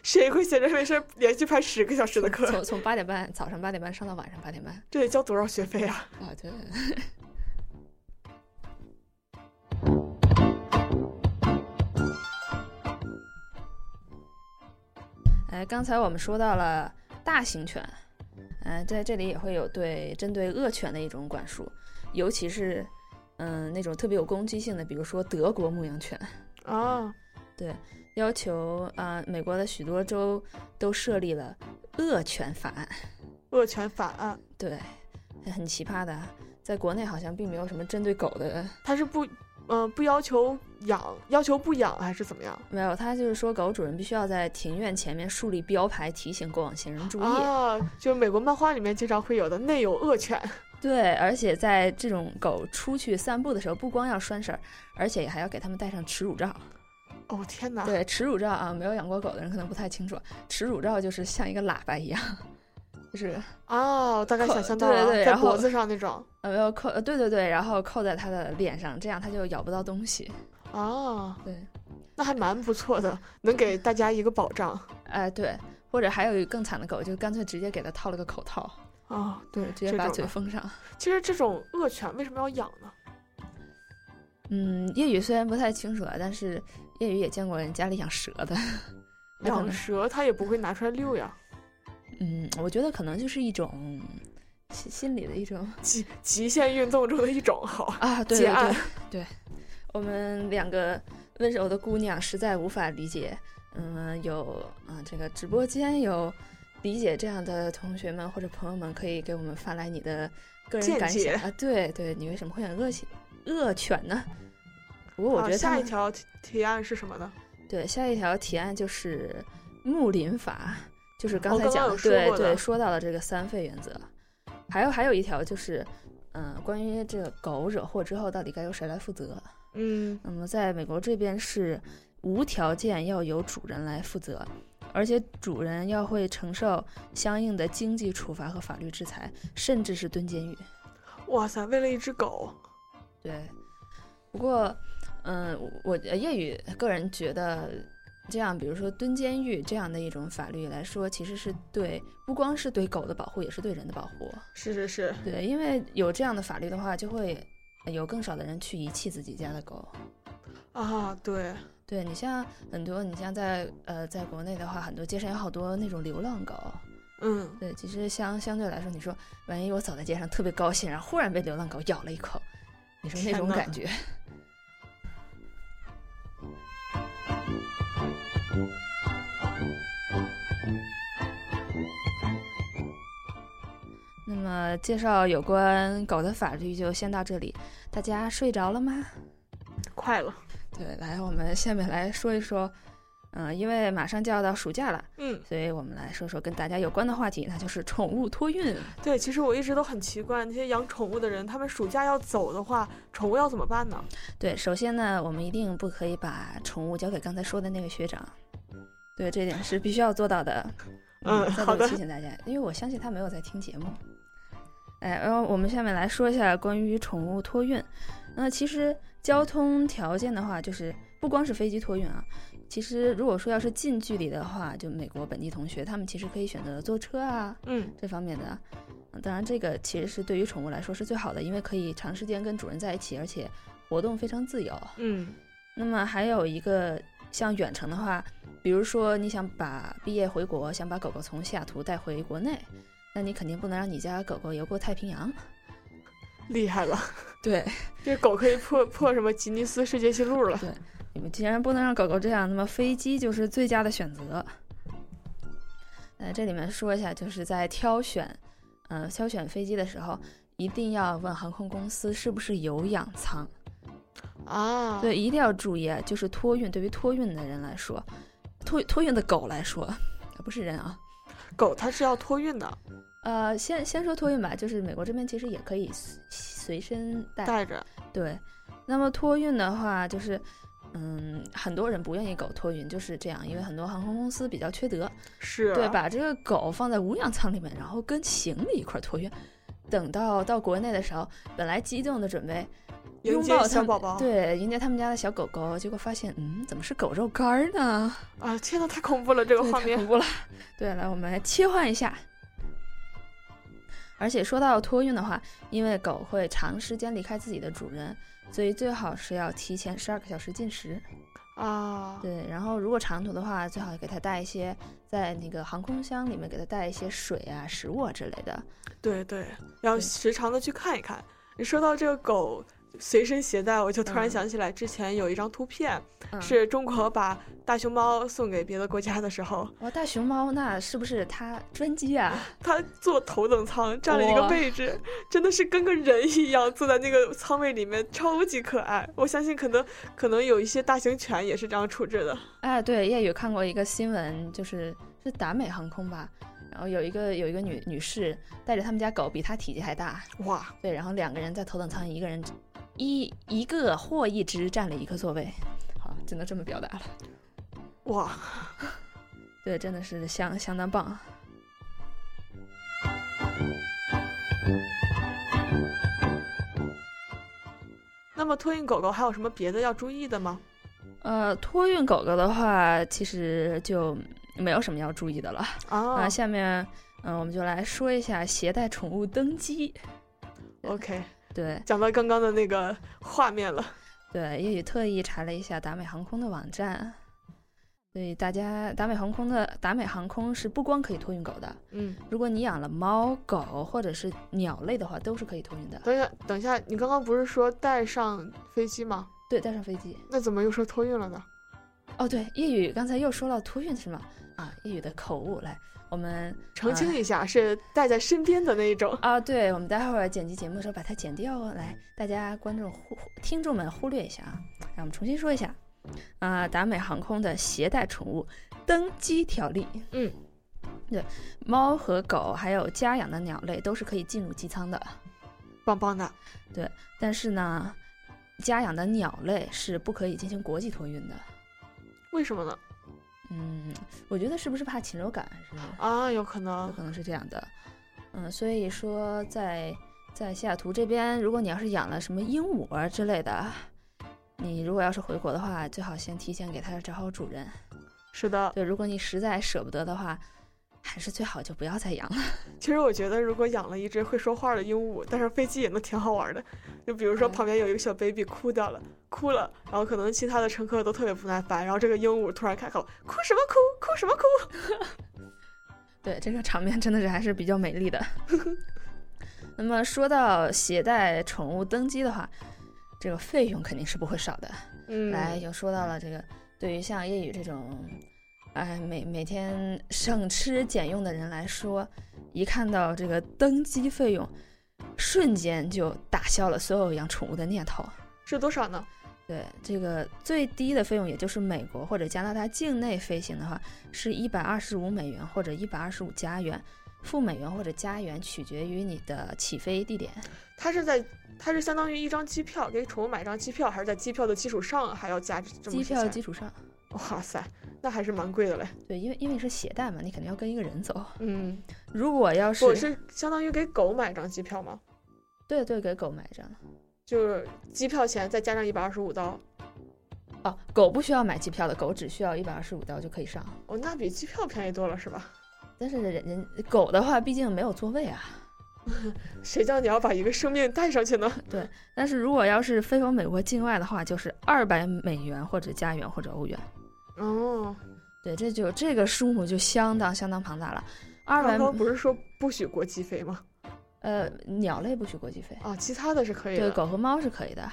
I: 谁会闲着没事儿连续拍十个小时的课？
H: 从从八点半早上八点半上到晚上八点半
I: 这得交多少学费啊？
H: 啊，对。哎，刚才我们说到了大型犬，哎，在这里也会有对针对恶犬的一种管束，尤其是嗯、那种特别有攻击性的，比如说德国牧羊犬。哦
I: 啊，
H: 对，要求啊、呃美国的许多州都设立了恶犬法案。
I: 恶犬法案，
H: 对，很很奇葩的，在国内好像并没有什么针对狗的，
I: 它是不，嗯、不要求养，要求不养还是怎么样？
H: 没有，它就是说狗主人必须要在庭院前面树立标牌，提醒过往行人注意。
I: 啊，就是美国漫画里面经常会有的内有恶犬，
H: 对，而且在这种狗出去散步的时候，不光要拴绳儿，而且还要给它们戴上耻辱罩。
I: 哦天哪！
H: 对，耻辱罩啊，没有养过狗的人可能不太清楚，耻辱罩就是像一个喇叭一样，就是
I: 啊，我大概
H: 扣
I: 想象到
H: 对
I: 了，
H: 对
I: 在
H: 然后
I: 脖子上那种
H: 呃没有扣，呃对对对，然后扣在它的脸上，这样它就咬不到东西。
I: 啊，
H: 对，
I: 那还蛮不错的，能给大家一个保障
H: 哎、对，或者还有一个更惨的狗，就干脆直接给它套了个口套，
I: 啊。
H: 对，直接
I: 这
H: 把
I: 种
H: 嘴
I: 的
H: 封上。
I: 其实这种恶犬为什么要养呢？
H: 嗯，业余虽然不太清楚啊，但是业余也见过人家里养蛇 的。那可
I: 养
H: 能，
I: 蛇它也不会拿出来遛呀，
H: 嗯，我觉得可能就是一种心心理的一种
I: 极极限运动中的一种，好
H: 啊，嗯对
I: 结
H: 对
I: 案
H: 对对，我们两个温柔的姑娘实在无法理解，嗯，有啊、这个直播间有理解这样的同学们或者朋友们，可以给我们发来你的个人
I: 见
H: 感
I: 解
H: 想啊，对对，你为什么会养恶犬恶犬呢？不过我觉
I: 啊
H: 得他
I: 下一
H: 们、
I: 条提提案是什么呢？
H: 对下一条提案就是木林法，就是刚
I: 哦
H: 才
I: 刚刚
H: 讲的、
I: 有说
H: 对
I: 过
H: 对
I: 的
H: 说到了这个三费原则，还有还有一条就是。嗯，关于这个狗惹祸之后，到底该由谁来负责？
I: 嗯，
H: 那么在美国这边是无条件要由主人来负责，而且主人要会承受相应的经济处罚和法律制裁，甚至是蹲监狱。
I: 哇塞，为了一只狗，
H: 对，不过，嗯，我我业余个人觉得。这样，比如说蹲监狱这样的一种法律来说，其实是对不光是对狗的保护，也是对人的保护。
I: 是是是，
H: 对，因为有这样的法律的话，就会有更少的人去遗弃自己家的狗。
I: 啊，对，
H: 对你像很多，你像在呃，在国内的话，很多街上有好多那种流浪狗。
I: 嗯，
H: 对，其实相相对来说，你说万一我走在街上特别高兴，然后忽然被流浪狗咬了一口，你说那
I: 天
H: 种
I: 呐
H: 感觉。 那么介绍有关狗的法律就先到这里，大家睡着了吗？
I: 快了，
H: 对，来，我们下面来说一说嗯、因为马上就要到暑假了，
I: 嗯，
H: 所以我们来说说跟大家有关的话题，那就是宠物托运。
I: 对，其实我一直都很奇怪，那些养宠物的人，他们暑假要走的话，宠物要怎么办呢？
H: 对，首先呢，我们一定不可以把宠物交给刚才说的那个学长，对，这点是必须要做到的。
I: 嗯
H: 再
I: 好
H: 度
I: 的
H: 提醒大家，因为我相信他没有在听节目。哎，然后我们下面来说一下关于宠物托运。那其实交通条件的话，就是不光是飞机托运啊，其实如果说要是近距离的话，就美国本地同学他们其实可以选择坐车啊，
I: 嗯，
H: 这方面的啊。嗯当然，这个其实是对于宠物来说是最好的，因为可以长时间跟主人在一起，而且活动非常自由。
I: 嗯，
H: 那么还有一个像远程的话，比如说你想把毕业回国，想把狗狗从西雅图带回国内，那你肯定不能让你家狗狗游过太平洋。
I: 厉害了，
H: 对，
I: 这狗可以破破什么吉尼斯世界纪录了。
H: 对，你们既然不能让狗狗这样，那么飞机就是最佳的选择。呃，这里面说一下，就是在挑选，呃，挑选飞机的时候，一定要问航空公司是不是有氧舱。
I: 啊，
H: 对，，一定要注意啊，就是托运，对于托运的人来说，托托运的狗来说，不是人啊。
I: 狗它是要托运的，
H: 呃，先先说托运吧，就是美国这边其实也可以随随身带
I: 带着。
H: 对，那么托运的话，就是嗯，很多人不愿意狗托运，就是这样，因为很多航空公司比较缺德，
I: 是啊
H: 对，把这个狗放在无氧舱里面，然后跟行李一块儿托运。等到到国内的时候，本来激动的准备
I: 迎
H: 拥
I: 接
H: 抱
I: 小
H: 他们
I: 宝宝
H: 对，迎接他们家的小狗狗，结果发现，嗯，怎么是狗肉干儿呢？
I: 啊，天呐，太恐怖了，这个
H: 对
I: 画
H: 太
I: 面
H: 恐怖了。对，来，我们来切换一下。而且说到托运的话，因为狗会长时间离开自己的主人，所以最好是要提前十二个小时进食。
I: 啊！
H: 对，然后如果长途的话，最好给它带一些，在那个航空箱里面给它带一些水啊、食物啊之类的。
I: 对对，要时常的去看一看。你说到这个狗随身携带，我就突然
H: 嗯
I: 想起来之前有一张图片，
H: 嗯
I: 是中国把大熊猫送给别的国家的时候，
H: 哇，大熊猫那是不是它专机啊？
I: 它坐头等舱占了一个
H: 哇
I: 位置，真的是跟个人一样坐在那个舱位里面，超级可爱。我相信可能可能有一些大型犬也是这样处置的。
H: 哎，对，夜雨看过一个新闻，就是是达美航空吧，然后有一个有一个女女士带着他们家狗，比她体积还大，
I: 哇，
H: 对，然后两个人在头等舱，一个人一一个或一只占了一个座位，好，只能这么表达了。
I: 哇，
H: 对，真的是相相当棒。
I: 那么托运狗狗还有什么别的要注意的吗？
H: 呃，托运狗狗的话，其实就没有什么要注意的了。
I: 啊
H: 那下面，嗯、我们就来说一下携带宠物登机。
I: OK，
H: 对
I: 讲到刚刚的那个画面了。
H: 对，叶宇特意查了一下达美航空的网站，所以大家达美航空的达美航空是不光可以托运狗的，
I: 嗯，
H: 如果你养了猫、狗或者是鸟类的话，都是可以托运的。
I: 等一下，等一下，你刚刚不是说带上飞机吗？
H: 对，带上飞机。
I: 那怎么又说托运了呢？
H: 哦，对，叶宇刚才又说到托运是吗？啊，叶宇的口误，来，我们
I: 澄清
H: 呃
I: 一下，是带在身边的那一种。
H: 啊，对，我们待会儿剪辑节目的时候把它剪掉哦。来，大家观众忽听众们忽略一下啊，让我们重新说一下啊、达美航空的携带宠物登机条例，
I: 嗯，
H: 对，猫和狗还有家养的鸟类都是可以进入机舱的，
I: 棒棒的。
H: 对，但是呢，家养的鸟类是不可以进行国际托运的。
I: 为什么呢？
H: 嗯，我觉得是不是怕禽流感是
I: 啊，有可能
H: 有可能是这样的。嗯，所以说在在西雅图这边，如果你要是养了什么鹦鹉啊之类的，你如果要是回国的话，最好先提前给它找好主人。
I: 是的，
H: 对，如果你实在舍不得的话，还是最好就不要再养了。
I: 其实我觉得，如果养了一只会说话的鹦鹉，带上飞机也能挺好玩的。就比如说旁边有一个小 baby 哭掉了，哭了，然后可能其他的乘客都特别不耐烦，然后这个鹦鹉突然开口，哭什么哭，哭什么哭。
H: 对，这个场面真的是还是比较美丽的。 那么说到携带宠物登机的话，这个费用肯定是不会少的。
I: 嗯
H: 来又说到了这个，对于像叶宇这种，哎，每每天省吃俭用的人来说，一看到这个登机费用，瞬间就打消了所有养宠物的念头。
I: 是多少呢？
H: 对，这个最低的费用，也就是美国或者加拿大境内飞行的话，是一百二十五美元或者一百二十五加元，赴美元或者加元取决于你的起飞地点。
I: 它是在，它是相当于一张机票，给宠物买张机票，还是在机票的基础上还要加这么
H: 机票的基础上。
I: 哇塞，那还是蛮贵的嘞。
H: 对，因为因为是携带嘛，你肯定要跟一个人走。
I: 嗯，
H: 如果要是
I: 我是相当于给狗买张机票吗？
H: 对对，给狗买一张。
I: 就是机票钱再加上一百二十五刀，
H: 哦，狗不需要买机票的，狗只需要一百二十五刀就可以上。
I: 哦，那比机票便宜多了是吧？
H: 但是人人狗的话，毕竟没有座位啊。
I: 谁叫你要把一个生命带上去呢？
H: 对，但是如果要是飞往美国境外的话，就是二百美元或者加元或者欧元。
I: 哦，
H: 对，这就这个数目就相当相当庞大了。二百
I: 不是说不许国际飞吗？
H: 呃，鸟类不许国际飞
I: 啊、哦，其他的是可以
H: 对，
I: 的。
H: 狗和猫是可以的。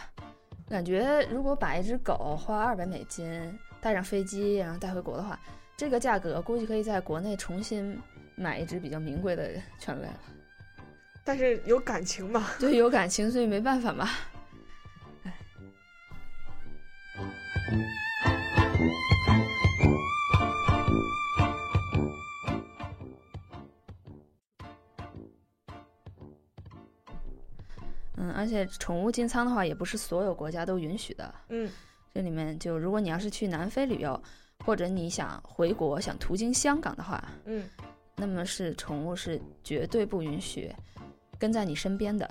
H: 感觉如果把一只狗花二百美金带上飞机，然后带回国的话，这个价格估计可以在国内重新买一只比较名贵的犬类了。
I: 但是有感情嘛？
H: 对，有感情，所以没办法嘛。哎。嗯，而且宠物进仓的话，也不是所有国家都允许的。
I: 嗯，
H: 这里面就如果你要是去南非旅游，或者你想回国，想途经香港的话，
I: 嗯，
H: 那么是宠物是绝对不允许跟在你身边的。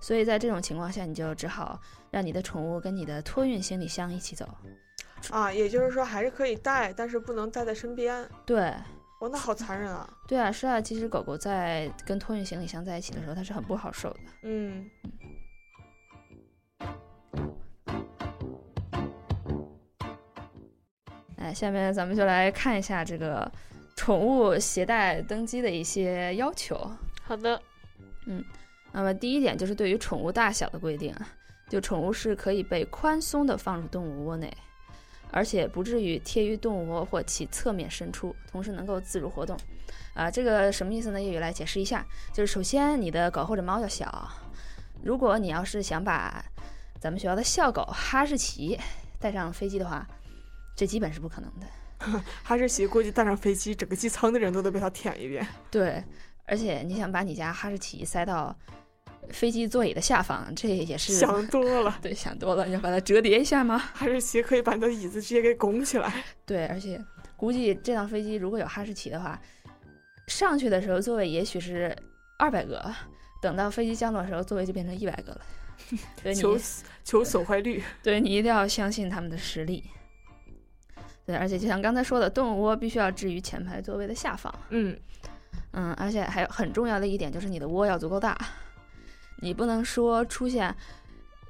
H: 所以在这种情况下，你就只好让你的宠物跟你的托运行李箱一起走。
I: 啊，也就是说还是可以带，但是不能带在身边。
H: 对。
I: 哦，那好残忍 啊！
H: 对啊，是啊，其实狗狗在跟托运行李箱在一起的时候，它是很不好受的。
I: 嗯。
H: 哎，下面咱们就来看一下这个宠物携带登机的一些要求。
F: 好的。
H: 嗯，那么第一点就是对于宠物大小的规定，啊就宠物是可以被宽松的放入动物窝内。而且不至于贴于动物窝或其侧面伸出，同时能够自如活动，啊，这个什么意思呢？叶宇来解释一下，就是首先你的狗或者猫要小，如果你要是想把咱们学校的校狗哈士奇带上飞机的话，这基本是不可能的。
I: 哈士奇估计带上飞机，整个机舱的人都得被它舔一遍。
H: 对，而且你想把你家哈士奇塞到。飞机座椅的下方，这也是
I: 想多了。
H: 对，想多了，要把它折叠一下吗？
I: 哈士奇可以把你的椅子直接给拱起来。
H: 对，而且估计这趟飞机如果有哈士奇的话，上去的时候座位也许是二百个，等到飞机降落的时候，座位就变成一百个了。 对你
I: 求求损坏率，
H: 对你一定要相信他们的实力。对，而且就像刚才说的，动物窝必须要置于前排座位的下方。
I: 嗯
H: 嗯，而且还有很重要的一点就是你的窝要足够大。你不能说出现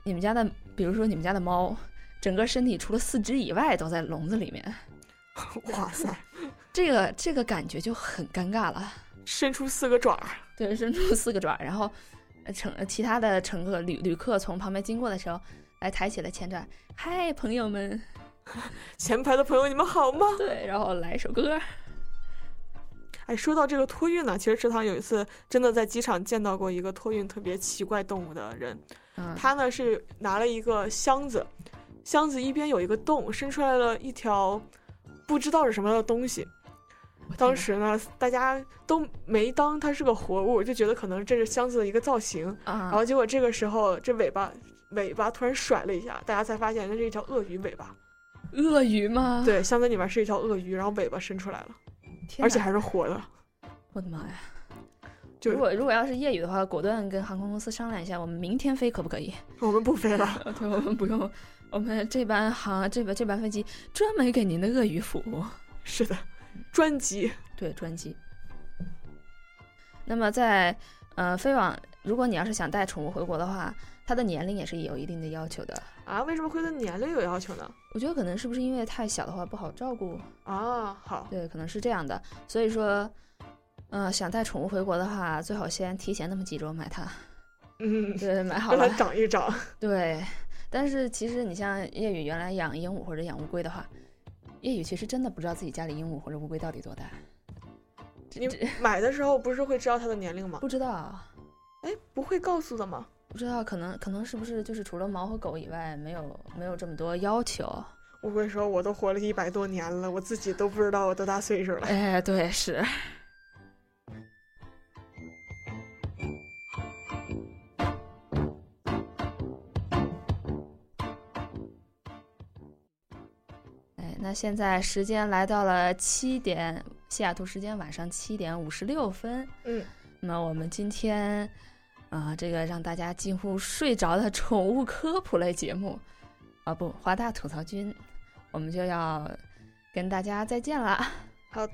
H: 你们家的，比如说你们家的猫，整个身体除了四肢以外都在笼子里面。
I: 哇塞，
H: 这个这个感觉就很尴尬了。
I: 伸出四个爪，
H: 对，伸出四个爪，然后呃乘其他的乘客旅旅客从旁边经过的时候，来抬起了前爪，嗨，朋友们，
I: 前排的朋友你们好吗？
H: 对，然后来一首歌。
I: 哎，说到这个托运呢，其实池塘有一次真的在机场见到过一个托运特别奇怪动物的人，
H: 嗯、
I: 他呢是拿了一个箱子，箱子一边有一个洞，伸出来了一条不知道是什么的东西。当时呢，大家都没当它是个活物，就觉得可能这是箱子的一个造型。
H: 嗯、
I: 然后结果这个时候，这尾巴尾巴突然甩了一下，大家才发现那是一条鳄鱼尾巴。
H: 鳄鱼吗？
I: 对，箱子里面是一条鳄鱼，然后尾巴伸出来了。而且还是活的，
H: 我的妈呀！
I: 就
H: 如果如果要是业余的话，果断跟航空公司商量一下，我们明天飞可不可以？
I: 我们不飞了，
H: 对，我们不用，我们这班航这班这班飞机专门给您的鳄鱼服务。
I: 是的，专机
H: 对专机。那么在呃飞往，如果你要是想带宠物回国的话，它的年龄也是有一定的要求的
I: 啊？为什么会对年龄有要求呢？
H: 我觉得可能是不是因为太小的话不好照顾
I: 啊？好，
H: 对，可能是这样的。所以说，呃，想带宠物回国的话，最好先提前那么几周买它。
I: 嗯，
H: 对，买好
I: 了，让它长一长。
H: 对，但是其实你像叶宇原来养鹦鹉或者养乌龟的话，叶宇其实真的不知道自己家里鹦鹉或者乌龟到底多大。
I: 你买的时候不是会知道它的年龄吗？
H: 不知道。
I: 哎，不会告诉的吗？
H: 不知道，可能可能是不是就是除了猫和狗以外，没有没有这么多要求。
I: 我会说，我都活了一百多年了，我自己都不知道我多大岁数了。
H: 哎，对，是。哎，那现在时间来到了七点，西雅图时间晚上七点五十六分。
I: 嗯，
H: 那我们今天。啊，这个让大家近乎睡着的宠物科普类节目，啊不，华大吐槽君，我们就要跟大家再见了。
I: 好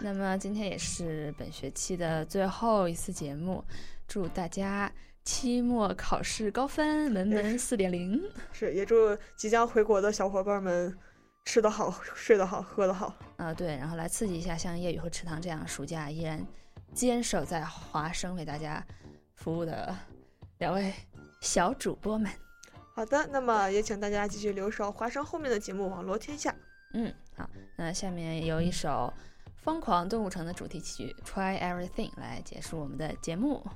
H: 那么今天也是本学期的最后一次节目，祝大家期末考试高分，门门四点零。
I: 是，也祝即将回国的小伙伴们吃得好， 睡得好，喝得好。
H: 啊，对，然后来刺激一下像夜雨和池塘这样暑假依然坚守在华生为大家。服务的两位小主播们，
I: 好的，那么也请大家继续留守华商后面的节目《网罗天下》。
H: 嗯，好，那下面有一首《疯狂动物城》的主题曲《Try Everything》来结束我们的节目。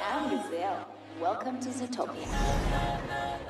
P: I'm Giselle. Welcome to Zootopia.